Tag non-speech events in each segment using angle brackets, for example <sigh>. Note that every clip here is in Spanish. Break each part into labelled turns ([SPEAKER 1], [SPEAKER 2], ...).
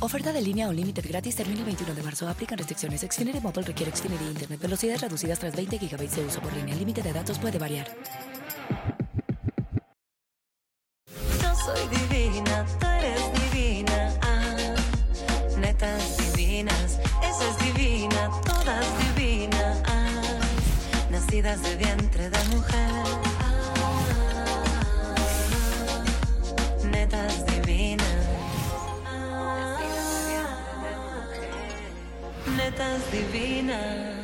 [SPEAKER 1] Oferta de línea o límite gratis termina el 21 de marzo. Aplican restricciones. Xfinity Mobile requiere Xfinity Internet. Velocidades reducidas tras 20 GB de uso por línea. El límite de datos puede variar.
[SPEAKER 2] Yo soy divina, tú eres divina. Ah, netas divinas, esa es divina, todas divinas. Ah, nacidas de vientre de mujer. Ah, netas divinas. Ah, netas divinas.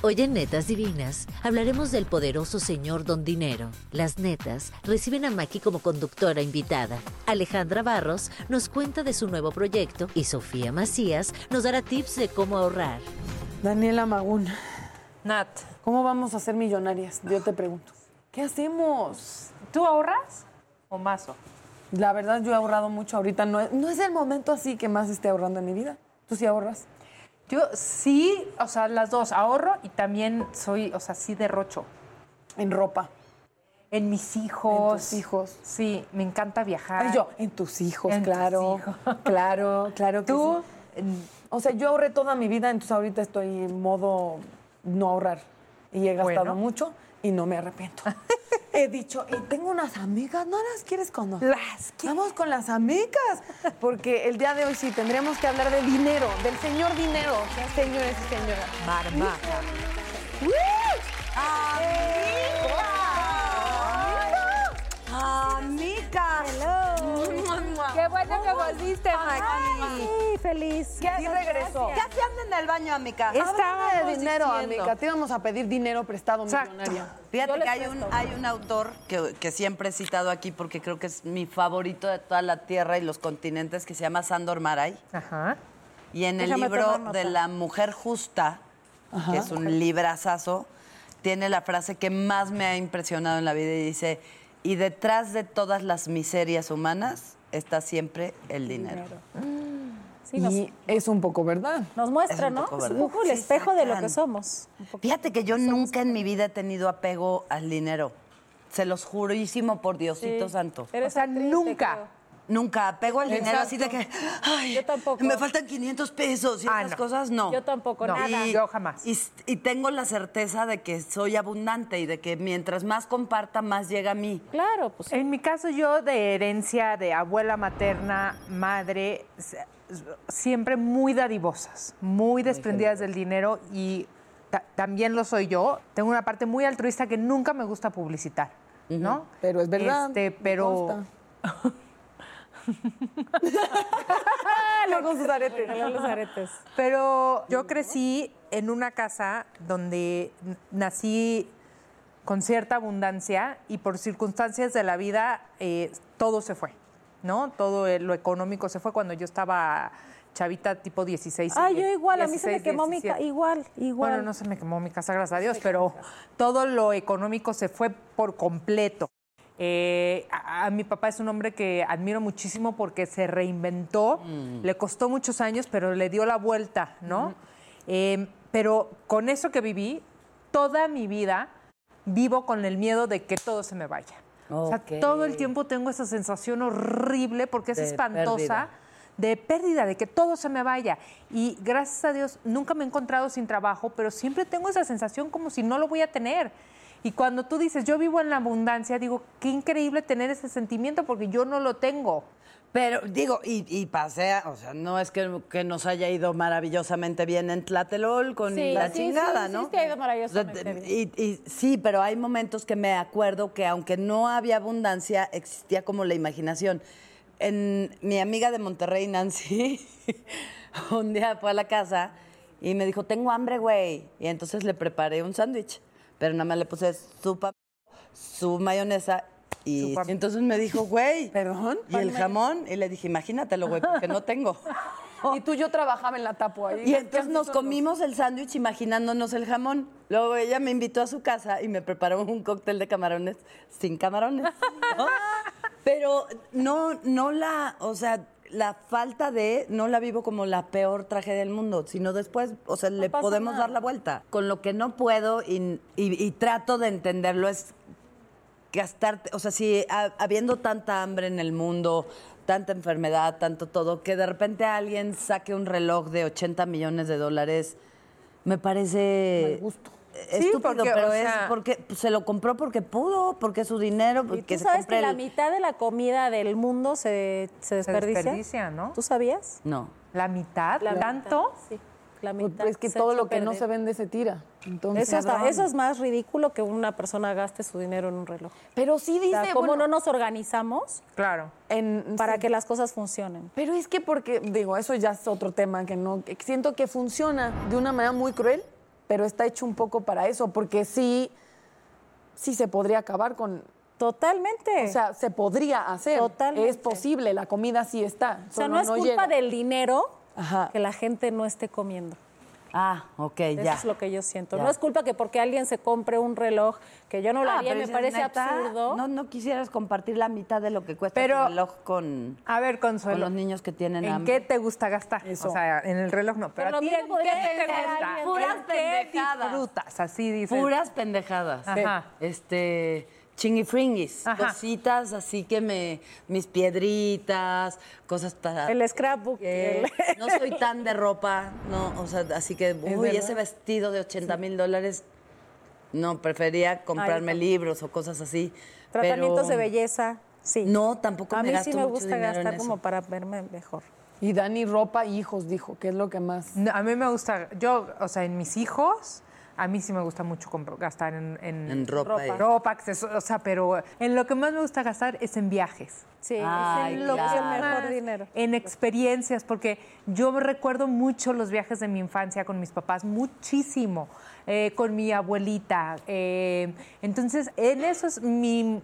[SPEAKER 3] Hoy en Netas Divinas hablaremos del poderoso señor Don Dinero. Las netas reciben a Maki como conductora invitada. Alejandra Barros nos cuenta de su nuevo proyecto y Sofía Macías nos dará tips de cómo ahorrar.
[SPEAKER 4] Daniela Magún,
[SPEAKER 5] Nat,
[SPEAKER 4] ¿cómo vamos a ser millonarias? Yo te pregunto. ¿Qué hacemos? ¿Tú ahorras?
[SPEAKER 5] o mazo.
[SPEAKER 4] La verdad, yo he ahorrado mucho ahorita. No es, no es el momento así que más esté ahorrando en mi vida. ¿Tú sí ahorras?
[SPEAKER 5] Yo sí, o sea, las dos, ahorro y también soy, o sea, sí derrocho.
[SPEAKER 4] En ropa.
[SPEAKER 5] En mis hijos.
[SPEAKER 4] En tus hijos.
[SPEAKER 5] Sí, me encanta viajar.
[SPEAKER 4] Ay, yo, en tus hijos, <laughs>
[SPEAKER 5] En tus
[SPEAKER 4] claro.
[SPEAKER 5] hijos.
[SPEAKER 4] Claro, claro que
[SPEAKER 5] ¿Tú?
[SPEAKER 4] sí. O sea, yo ahorré toda mi vida, entonces ahorita estoy en modo no ahorrar. Y he gastado
[SPEAKER 5] Bueno.
[SPEAKER 4] mucho y no me <laughs> arrepiento. He dicho, y tengo unas amigas, ¿no las quieres conocer?
[SPEAKER 5] Las que-
[SPEAKER 4] Vamos con las amigas, porque el día de hoy sí tendremos que hablar de dinero, del señor dinero, señores y señoras.
[SPEAKER 5] Barba.
[SPEAKER 4] ¡Woo! Eh, ¡Amiga!
[SPEAKER 5] Amiga. Qué bueno que volviste, Maki.
[SPEAKER 4] ¿Qué sí regresó? ¿Qué hacían en el baño, amiga? Estaba de dinero, amiga. Te íbamos a pedir dinero prestado millonaria.
[SPEAKER 6] Fíjate que hay un, hay un autor que, que siempre he citado aquí porque creo que es mi favorito de toda la tierra y los continentes que se llama Sandor Maray.
[SPEAKER 5] Ajá.
[SPEAKER 6] Y en el libro de La Mujer Justa, que es un librazazo, tiene la frase que más me ha impresionado en la vida y dice, y detrás de todas las miserias humanas está siempre el dinero.
[SPEAKER 7] Sí, nos,
[SPEAKER 4] Y es un poco verdad.
[SPEAKER 7] nos muestra,
[SPEAKER 6] es un
[SPEAKER 7] ¿no?
[SPEAKER 6] poco
[SPEAKER 7] Es un
[SPEAKER 6] verdad.
[SPEAKER 7] poco el
[SPEAKER 6] Sí,
[SPEAKER 7] espejo de lo que
[SPEAKER 6] sacan.
[SPEAKER 7] somos. Un poco.
[SPEAKER 6] Fíjate que yo nunca en mi vida he tenido apego al dinero. Se los jurísimo por Diosito Santo.
[SPEAKER 5] O
[SPEAKER 7] Eres
[SPEAKER 5] sea,
[SPEAKER 7] actriz, te
[SPEAKER 5] nunca.
[SPEAKER 7] creo.
[SPEAKER 6] Nunca apego al dinero
[SPEAKER 7] Exacto.
[SPEAKER 6] así de que, ay,
[SPEAKER 7] Yo tampoco.
[SPEAKER 6] me faltan 500 pesos y
[SPEAKER 5] Ah,
[SPEAKER 6] esas
[SPEAKER 5] no.
[SPEAKER 6] cosas, no.
[SPEAKER 7] Yo tampoco,
[SPEAKER 6] No.
[SPEAKER 7] nada.
[SPEAKER 6] Y-
[SPEAKER 5] Yo jamás.
[SPEAKER 6] Y, y tengo la certeza de que soy abundante y de que mientras más comparta, más llega a mí.
[SPEAKER 7] Claro, pues
[SPEAKER 5] En mi caso, yo de herencia de abuela materna, madre, s- s- siempre muy dadivosas, muy desprendidas del dinero y ta- también lo soy yo. Tengo una parte muy altruista que nunca me gusta publicitar, ¿no?
[SPEAKER 4] Pero es verdad,
[SPEAKER 5] Este,
[SPEAKER 4] me
[SPEAKER 5] pero.
[SPEAKER 4] consta. Ah, No con sus aretes.
[SPEAKER 7] regalar los aretes.
[SPEAKER 5] Pero yo crecí en una casa donde n- nací con cierta abundancia y por circunstancias de la vida eh, todo se fue, ¿no? Todo eh, lo económico se fue cuando yo estaba chavita tipo 16.
[SPEAKER 7] Ay, Ah, yo igual, a mí se me
[SPEAKER 5] 16,
[SPEAKER 7] quemó mi ca-
[SPEAKER 5] 17.
[SPEAKER 7] igual, igual.
[SPEAKER 5] Bueno, no se me quemó mi casa, gracias a Dios, pero todo lo económico se fue por completo. Eh, a, a mi papá es un hombre que admiro muchísimo porque se reinventó, le costó muchos años, pero le dio la vuelta, ¿no? Eh, pero con eso que viví, toda mi vida vivo con el miedo de que todo se me vaya. O sea, todo el tiempo tengo esa sensación horrible porque es
[SPEAKER 6] De
[SPEAKER 5] espantosa
[SPEAKER 6] pérdida.
[SPEAKER 5] de pérdida, de que todo se me vaya. Y gracias a Dios nunca me he encontrado sin trabajo, pero siempre tengo esa sensación como si no lo voy a tener. Y cuando tú dices, yo vivo en la abundancia, digo, qué increíble tener ese sentimiento porque yo no lo tengo.
[SPEAKER 6] Pero digo, y, y pasea, o sea, no es que, que nos haya ido maravillosamente bien en Tlatelol con
[SPEAKER 7] Sí,
[SPEAKER 6] la
[SPEAKER 7] sí,
[SPEAKER 6] chingada,
[SPEAKER 7] sí,
[SPEAKER 6] ¿no?
[SPEAKER 7] sí, te ha ido maravillosamente
[SPEAKER 6] O sea, te-
[SPEAKER 7] bien.
[SPEAKER 6] Y, y sí, pero hay momentos que me acuerdo que aunque no había abundancia, existía como la imaginación. En mi amiga de Monterrey, Nancy, <laughs> un día fue a la casa y me dijo, tengo hambre, güey. Y entonces le preparé un sándwich, pero nada más le puse su pa- su mayonesa y
[SPEAKER 5] Su pam-
[SPEAKER 6] entonces me dijo, güey,
[SPEAKER 4] ¿Perdón?
[SPEAKER 6] y el jamón, y le dije, imagínatelo, güey, porque no tengo.
[SPEAKER 4] Y tú y yo trabajaba en la tapo ahí.
[SPEAKER 6] Y entonces nos
[SPEAKER 4] Descansa
[SPEAKER 6] comimos el sándwich imaginándonos el jamón. Luego ella me invitó a su casa y me preparó un cóctel de camarones sin camarones. ¿no? Pero no, no la, o sea, la falta de, no la vivo como la peor tragedia del mundo, sino después, o sea, le
[SPEAKER 7] pasa
[SPEAKER 6] podemos
[SPEAKER 7] nada.
[SPEAKER 6] dar la vuelta. Con lo que no puedo y, y- y trato de entenderlo es gastarte, o sea, si ha- habiendo tanta hambre en el mundo, tanta enfermedad, tanto todo, que de repente alguien saque un reloj de 80 millones de dólares, me parece eh,
[SPEAKER 5] Sí,
[SPEAKER 6] estúpido,
[SPEAKER 5] porque,
[SPEAKER 6] pero
[SPEAKER 5] o
[SPEAKER 6] es
[SPEAKER 5] sea-
[SPEAKER 6] porque pues, se lo compró porque pudo, porque es su dinero,
[SPEAKER 7] ¿Y
[SPEAKER 6] porque
[SPEAKER 7] tú
[SPEAKER 6] se
[SPEAKER 7] sabes
[SPEAKER 6] compra
[SPEAKER 7] que la
[SPEAKER 6] el-
[SPEAKER 7] mitad de la comida del mundo se, se desperdicia?
[SPEAKER 5] desperdicia, ¿no?
[SPEAKER 7] ¿Tú sabías?
[SPEAKER 6] No.
[SPEAKER 5] La mitad,
[SPEAKER 7] La
[SPEAKER 5] tanto.
[SPEAKER 7] mitad, Sí, la
[SPEAKER 4] Pues,
[SPEAKER 7] mitad.
[SPEAKER 4] pero es que
[SPEAKER 7] se
[SPEAKER 4] todo
[SPEAKER 7] echa
[SPEAKER 4] lo
[SPEAKER 7] a
[SPEAKER 4] que no
[SPEAKER 7] perder.
[SPEAKER 4] se vende se tira. Entonces,
[SPEAKER 7] Eso, hasta-
[SPEAKER 4] cabrón.
[SPEAKER 7] eso es más ridículo que una persona gaste su dinero en un reloj.
[SPEAKER 8] Pero sí
[SPEAKER 7] O
[SPEAKER 8] dice,
[SPEAKER 7] sea, ¿Cómo
[SPEAKER 8] bueno,
[SPEAKER 7] no nos organizamos
[SPEAKER 5] Claro.
[SPEAKER 4] En-
[SPEAKER 7] para
[SPEAKER 4] sí.
[SPEAKER 7] que las cosas funcionen?
[SPEAKER 4] Pero es que porque, digo, eso ya es otro tema que no. que siento que funciona de una manera muy cruel, pero está hecho un poco para eso, porque sí, sí se podría acabar con.
[SPEAKER 7] Totalmente.
[SPEAKER 4] O sea, se podría hacer.
[SPEAKER 7] Totalmente.
[SPEAKER 4] Es posible, la comida sí está.
[SPEAKER 7] O sea,
[SPEAKER 4] solo
[SPEAKER 7] no es culpa
[SPEAKER 4] llega.
[SPEAKER 7] del dinero
[SPEAKER 4] Ajá.
[SPEAKER 7] que la gente no esté comiendo.
[SPEAKER 6] Ah, ok,
[SPEAKER 7] Eso
[SPEAKER 6] ya.
[SPEAKER 7] es lo que yo siento.
[SPEAKER 6] Ya.
[SPEAKER 7] No es culpa que porque alguien se compre un reloj que yo no lo
[SPEAKER 6] Ah,
[SPEAKER 7] haría,
[SPEAKER 6] pero
[SPEAKER 7] me
[SPEAKER 6] dices,
[SPEAKER 7] parece
[SPEAKER 6] "Neta,
[SPEAKER 7] absurdo.
[SPEAKER 6] No, no quisieras compartir la mitad de lo que cuesta
[SPEAKER 5] Pero-
[SPEAKER 6] tu reloj con,
[SPEAKER 5] A ver, Consuelo.
[SPEAKER 6] con los niños que tienen
[SPEAKER 5] ¿En
[SPEAKER 6] hambre.
[SPEAKER 5] qué te gusta gastar? O sea, en el reloj no, pero,
[SPEAKER 7] Pero
[SPEAKER 5] a ti
[SPEAKER 7] mira,
[SPEAKER 5] ¿en
[SPEAKER 7] podría
[SPEAKER 5] qué te
[SPEAKER 7] ser
[SPEAKER 5] gusta?
[SPEAKER 7] alguien,
[SPEAKER 6] puras
[SPEAKER 5] ¿En qué
[SPEAKER 6] pendejadas.
[SPEAKER 5] disfrutas? Así dices.
[SPEAKER 6] Puras pendejadas.
[SPEAKER 5] Ajá.
[SPEAKER 6] Este, chinguifringuis.
[SPEAKER 5] Ajá.
[SPEAKER 6] Cositas así que me. Mis piedritas, cosas para.
[SPEAKER 7] El scrapbook.
[SPEAKER 6] Eh,
[SPEAKER 7] el-
[SPEAKER 6] Ah, No soy tan de
[SPEAKER 7] <laughs>
[SPEAKER 6] ropa, no, o sea, así que, uy, ese vestido de 80 mil dólares, no, prefería comprarme
[SPEAKER 7] también.
[SPEAKER 6] libros o cosas así. pero-
[SPEAKER 7] Tratamientos de belleza, sí.
[SPEAKER 6] No, tampoco
[SPEAKER 7] A
[SPEAKER 6] me
[SPEAKER 7] mí
[SPEAKER 6] gasto
[SPEAKER 7] sí me
[SPEAKER 6] mucho
[SPEAKER 7] gusta
[SPEAKER 6] dinero en
[SPEAKER 7] gastar
[SPEAKER 6] eso.
[SPEAKER 7] como para verme mejor.
[SPEAKER 4] Y Dani, ropa y hijos, dijo, que es lo que más.
[SPEAKER 5] No, a mí me gusta, yo, o sea, en mis hijos, a mí sí me gusta mucho compro- gastar en,
[SPEAKER 6] En ropa, eh.
[SPEAKER 5] ropa, accesorios, o sea, pero en lo que más me gusta gastar es en viajes.
[SPEAKER 7] Sí,
[SPEAKER 6] Ay,
[SPEAKER 7] es en lo que
[SPEAKER 6] claro.
[SPEAKER 7] es el mejor
[SPEAKER 5] Más
[SPEAKER 7] dinero.
[SPEAKER 5] En experiencias, porque yo recuerdo mucho los viajes de mi infancia con mis papás, muchísimo, eh, con mi abuelita. eh, entonces, en eso es mi,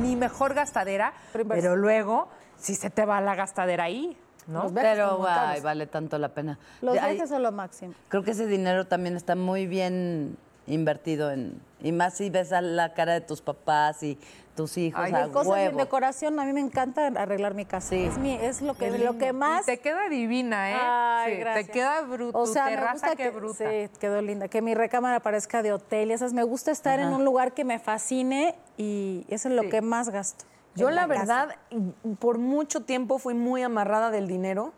[SPEAKER 5] mi mejor gastadera, pero luego, si se te va la gastadera ahí, ¿no?
[SPEAKER 4] Los viajes son
[SPEAKER 6] Pero,
[SPEAKER 4] muy
[SPEAKER 6] ay,
[SPEAKER 4] caros.
[SPEAKER 6] vale tanto la pena.
[SPEAKER 7] Los
[SPEAKER 6] De- ay,
[SPEAKER 7] viajes son lo máximo.
[SPEAKER 6] Creo que ese dinero también está muy bien invertido en. Y más si ves a la cara de tus papás y tus hijos
[SPEAKER 5] Ay,
[SPEAKER 6] a
[SPEAKER 7] Y cosas en
[SPEAKER 6] huevo.
[SPEAKER 7] decoración, a mí me encanta arreglar mi casa.
[SPEAKER 6] Sí.
[SPEAKER 7] Es, mi- es lo, que,
[SPEAKER 5] Qué
[SPEAKER 7] lo que
[SPEAKER 5] lindo.
[SPEAKER 7] más...
[SPEAKER 5] Y te queda divina, ¿eh?
[SPEAKER 7] Ay,
[SPEAKER 5] Sí,
[SPEAKER 7] gracias.
[SPEAKER 5] Te queda bruta.
[SPEAKER 7] O sea, me
[SPEAKER 5] terraza
[SPEAKER 7] gusta
[SPEAKER 5] que,
[SPEAKER 7] que,
[SPEAKER 5] bruta.
[SPEAKER 7] Sí, quedó linda. Que mi recámara parezca de hotel y esas. Me gusta estar en un lugar que me fascine y eso es lo que más gasto.
[SPEAKER 4] Yo
[SPEAKER 7] en
[SPEAKER 4] la
[SPEAKER 7] casa.
[SPEAKER 4] verdad, mm, por mucho tiempo fui muy amarrada del dinero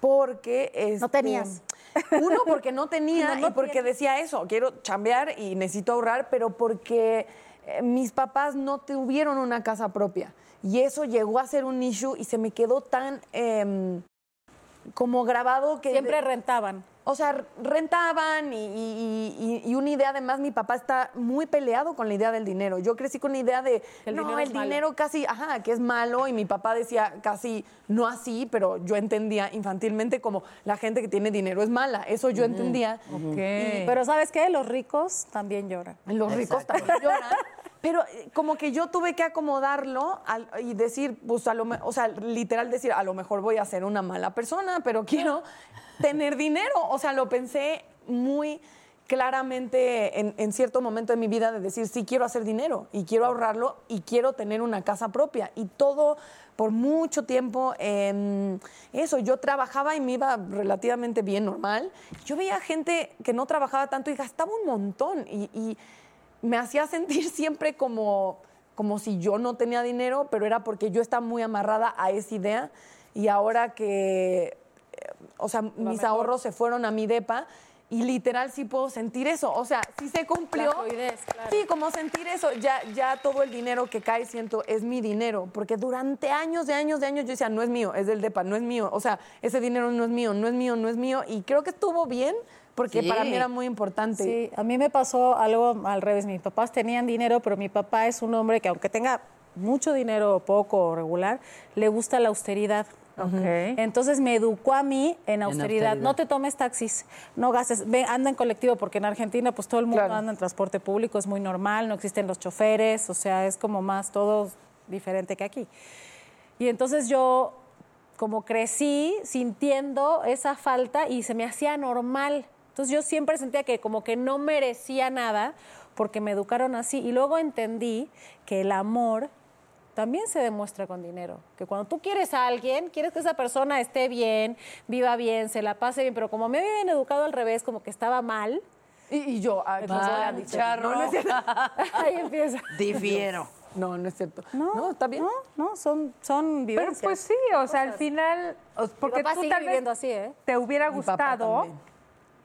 [SPEAKER 4] porque... este,
[SPEAKER 7] tenías.
[SPEAKER 4] <laughs> Uno, porque no tenía
[SPEAKER 7] No, no
[SPEAKER 4] y porque decía eso, quiero chambear y necesito ahorrar, pero porque eh, mis papás no tuvieron una casa propia. Y eso llegó a ser un issue y se me quedó tan em, como grabado que...
[SPEAKER 7] Siempre rentaban.
[SPEAKER 4] O sea, rentaban y, y- y- y una idea, además, mi papá está muy peleado con la idea del dinero. Yo crecí con la idea de,
[SPEAKER 7] el
[SPEAKER 4] no,
[SPEAKER 7] dinero
[SPEAKER 4] el
[SPEAKER 7] es malo".
[SPEAKER 4] dinero casi, ajá, que es malo, y mi papá decía casi, no así, pero yo entendía infantilmente como la gente que tiene dinero es mala. Eso yo entendía.
[SPEAKER 5] Ok.
[SPEAKER 7] Pero ¿sabes qué? Los ricos también lloran.
[SPEAKER 4] Los ricos también lloran. Pero eh, como que yo tuve que acomodarlo al- y decir, pues a lo me- o sea, literal decir, a lo mejor voy a ser una mala persona, pero <laughs> quiero tener dinero. O sea, lo pensé muy claramente en, en cierto momento de mi vida de decir, sí quiero hacer dinero y quiero ahorrarlo y quiero tener una casa propia. Y todo por mucho tiempo, em, eso, yo trabajaba y me iba relativamente bien, normal. Yo veía gente que no trabajaba tanto y gastaba un montón y- y me hacía sentir siempre como, como si yo no tenía dinero, pero era porque yo estaba muy amarrada a esa idea y ahora que, eh, o sea, mis ahorros se fueron a mi DEPA Y literal sí puedo sentir eso. O sea, sí se cumplió.
[SPEAKER 7] La fluidez, claro.
[SPEAKER 4] Sí, como sentir eso. Ya, ya todo el dinero que cae siento es mi dinero. Porque durante años de años de años yo decía, no es mío, es del DEPA, no es mío. O sea, ese dinero no es mío, no es mío, no es mío. Y creo que estuvo bien porque
[SPEAKER 6] Sí.
[SPEAKER 4] para mí era muy importante.
[SPEAKER 7] Sí, a mí me pasó algo al revés. Mis papás tenían dinero, pero mi papá es un hombre que aunque tenga mucho dinero, poco o regular, le gusta la austeridad. Entonces me educó a mí en austeridad.
[SPEAKER 6] austeridad.
[SPEAKER 7] No te tomes taxis, no gastes, ve, anda en colectivo, porque en Argentina pues todo el mundo anda en transporte público, es muy normal, no existen los choferes, o sea, es como más todo diferente que aquí. Y entonces yo como crecí sintiendo esa falta y se me hacía normal. Entonces yo siempre sentía que como que no merecía nada porque me educaron así. Y luego entendí que el amor también se demuestra con dinero. Que cuando tú quieres a alguien, quieres que esa persona esté bien, viva bien, se la pase bien. Pero como me habían educado al revés, como que estaba mal,
[SPEAKER 4] Y, y yo, ay, pues, voy a decir, no, no es cierto.
[SPEAKER 7] ahí empieza.
[SPEAKER 6] Difiero.
[SPEAKER 4] No, no es cierto. No, está bien.
[SPEAKER 7] No, no, son, son
[SPEAKER 5] Pero
[SPEAKER 7] vivencias.
[SPEAKER 5] pues sí, o sea, al final, o- porque
[SPEAKER 7] papá
[SPEAKER 5] tú
[SPEAKER 7] sigue
[SPEAKER 5] tal vez
[SPEAKER 7] viviendo así, ¿eh?
[SPEAKER 5] te hubiera
[SPEAKER 4] papá
[SPEAKER 5] gustado
[SPEAKER 4] también.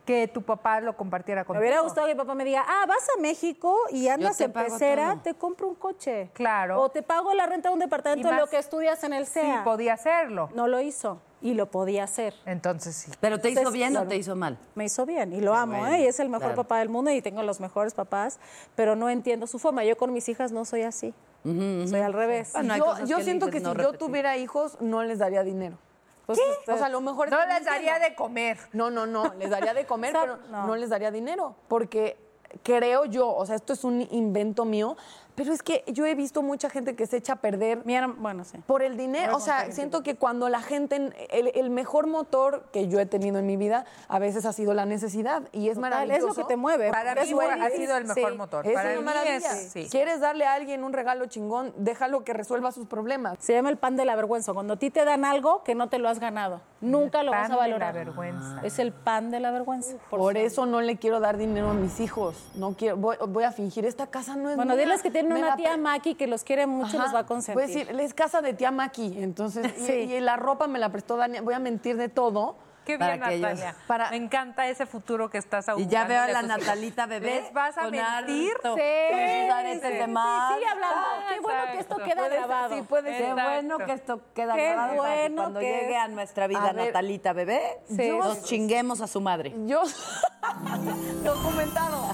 [SPEAKER 5] que tu papá lo compartiera
[SPEAKER 7] Me
[SPEAKER 5] contigo.
[SPEAKER 7] hubiera gustado que mi papá me diga, ah, vas a México y andas
[SPEAKER 6] te
[SPEAKER 7] en
[SPEAKER 6] pago
[SPEAKER 7] pecera,
[SPEAKER 6] todo.
[SPEAKER 7] te compro un coche.
[SPEAKER 5] Claro.
[SPEAKER 7] O te pago la renta de un departamento,
[SPEAKER 5] Y más-
[SPEAKER 7] lo que estudias en el
[SPEAKER 5] Sí,
[SPEAKER 7] CEA.
[SPEAKER 5] podía hacerlo.
[SPEAKER 7] no lo hizo y lo podía hacer.
[SPEAKER 5] Entonces sí.
[SPEAKER 6] ¿Pero te hizo
[SPEAKER 7] Entonces,
[SPEAKER 6] bien o
[SPEAKER 7] claro.
[SPEAKER 6] te hizo mal?
[SPEAKER 7] Me hizo bien y lo amo,
[SPEAKER 6] bueno,
[SPEAKER 7] ¿eh? Y es el mejor
[SPEAKER 6] claro.
[SPEAKER 7] papá del mundo y tengo los mejores papás, pero no entiendo su forma. Yo con mis hijas no soy así. Soy al revés.
[SPEAKER 6] Bueno, hay
[SPEAKER 4] yo
[SPEAKER 6] cosas
[SPEAKER 4] yo
[SPEAKER 6] que
[SPEAKER 4] siento que
[SPEAKER 6] eliges
[SPEAKER 4] si
[SPEAKER 6] no
[SPEAKER 4] yo
[SPEAKER 6] repetir.
[SPEAKER 4] tuviera hijos, no les daría dinero.
[SPEAKER 7] Pues,
[SPEAKER 4] O sea, a lo mejor...
[SPEAKER 5] No
[SPEAKER 4] estoy
[SPEAKER 5] les daría
[SPEAKER 4] mintiendo.
[SPEAKER 5] de comer.
[SPEAKER 4] No, no, no, les daría de comer,
[SPEAKER 7] <laughs> O sea,
[SPEAKER 4] pero
[SPEAKER 7] no.
[SPEAKER 4] no. les daría dinero, porque creo yo, o sea, esto es un invento mío, pero es que yo he visto mucha gente que se echa a perder
[SPEAKER 7] mi herma- bueno, sí.
[SPEAKER 4] por el dinero, o sea, siento que cuando la gente, el, el mejor motor que yo he tenido en mi vida a veces ha sido la necesidad y es
[SPEAKER 7] Total,
[SPEAKER 4] maravilloso.
[SPEAKER 7] es lo que te mueve.
[SPEAKER 5] Para
[SPEAKER 7] porque
[SPEAKER 5] mí
[SPEAKER 7] es muy
[SPEAKER 5] fue- ha
[SPEAKER 7] difícil.
[SPEAKER 5] sido el mejor
[SPEAKER 7] Sí.
[SPEAKER 5] motor.
[SPEAKER 4] Es
[SPEAKER 5] Para
[SPEAKER 4] una
[SPEAKER 5] mí
[SPEAKER 4] maravilla.
[SPEAKER 5] es- sí.
[SPEAKER 4] ¿Quieres darle a alguien un regalo chingón? Déjalo que resuelva sus problemas.
[SPEAKER 7] Se llama el pan de la vergüenza. Cuando a ti te dan algo que no te lo has ganado, nunca lo vas
[SPEAKER 5] pan de
[SPEAKER 7] a
[SPEAKER 5] la
[SPEAKER 7] valorar.
[SPEAKER 4] Ah.
[SPEAKER 5] vergüenza.
[SPEAKER 7] Es el pan de la vergüenza.
[SPEAKER 4] Por, eso no le quiero dar dinero a mis hijos. No quiero, voy, voy a fingir, esta casa no es
[SPEAKER 7] Bueno,
[SPEAKER 4] mía.
[SPEAKER 7] diles que tienen
[SPEAKER 4] Me
[SPEAKER 7] una
[SPEAKER 4] la
[SPEAKER 7] tía
[SPEAKER 4] pre-
[SPEAKER 7] Maki que los quiere mucho y
[SPEAKER 4] Ajá.
[SPEAKER 7] los va a consentir.
[SPEAKER 4] Voy a decir, es casa de tía Maki, entonces, y-
[SPEAKER 7] Sí.
[SPEAKER 4] y, la ropa me la prestó Dani, voy a mentir de todo.
[SPEAKER 5] Qué
[SPEAKER 6] Para
[SPEAKER 5] bien,
[SPEAKER 6] que ellos-
[SPEAKER 5] Natalia.
[SPEAKER 4] para-
[SPEAKER 5] Me encanta ese futuro que estás
[SPEAKER 6] Y
[SPEAKER 5] augurando.
[SPEAKER 6] ya veo a la
[SPEAKER 5] <laughs>
[SPEAKER 6] Natalita bebé.
[SPEAKER 5] ¿Les vas a
[SPEAKER 6] con
[SPEAKER 5] mentir?
[SPEAKER 6] harto,
[SPEAKER 5] Sí,
[SPEAKER 6] Con sus aretes
[SPEAKER 5] sí,
[SPEAKER 6] de
[SPEAKER 5] sí,
[SPEAKER 6] mar. Ah,
[SPEAKER 7] sigue hablando. Qué bueno que esto
[SPEAKER 5] Exacto.
[SPEAKER 7] queda
[SPEAKER 5] Puede ser,
[SPEAKER 7] grabado.
[SPEAKER 5] sí, puede
[SPEAKER 6] Qué
[SPEAKER 5] ser.
[SPEAKER 6] bueno que esto queda
[SPEAKER 7] Qué
[SPEAKER 6] grabado para que
[SPEAKER 7] bueno
[SPEAKER 6] cuando
[SPEAKER 7] que
[SPEAKER 6] llegue
[SPEAKER 7] es.
[SPEAKER 6] a nuestra vida
[SPEAKER 4] A ver,
[SPEAKER 6] Natalita bebé,
[SPEAKER 4] yo-
[SPEAKER 6] nos chinguemos a su madre.
[SPEAKER 4] Yo. <laughs> Documentado.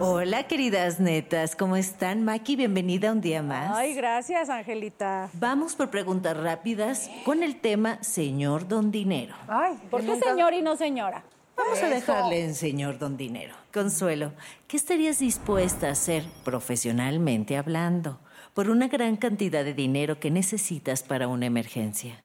[SPEAKER 3] Hola, queridas netas, ¿cómo están? Maki, bienvenida un día más.
[SPEAKER 7] Ay, gracias, Angelita.
[SPEAKER 3] Vamos por preguntas rápidas con el tema Señor Don Dinero.
[SPEAKER 5] Ay,
[SPEAKER 7] ¿Por qué señor y no señora?
[SPEAKER 3] Vamos a dejarle en Señor Don Dinero. Consuelo, ¿qué estarías dispuesta a hacer profesionalmente hablando por una gran cantidad de dinero que necesitas para una emergencia?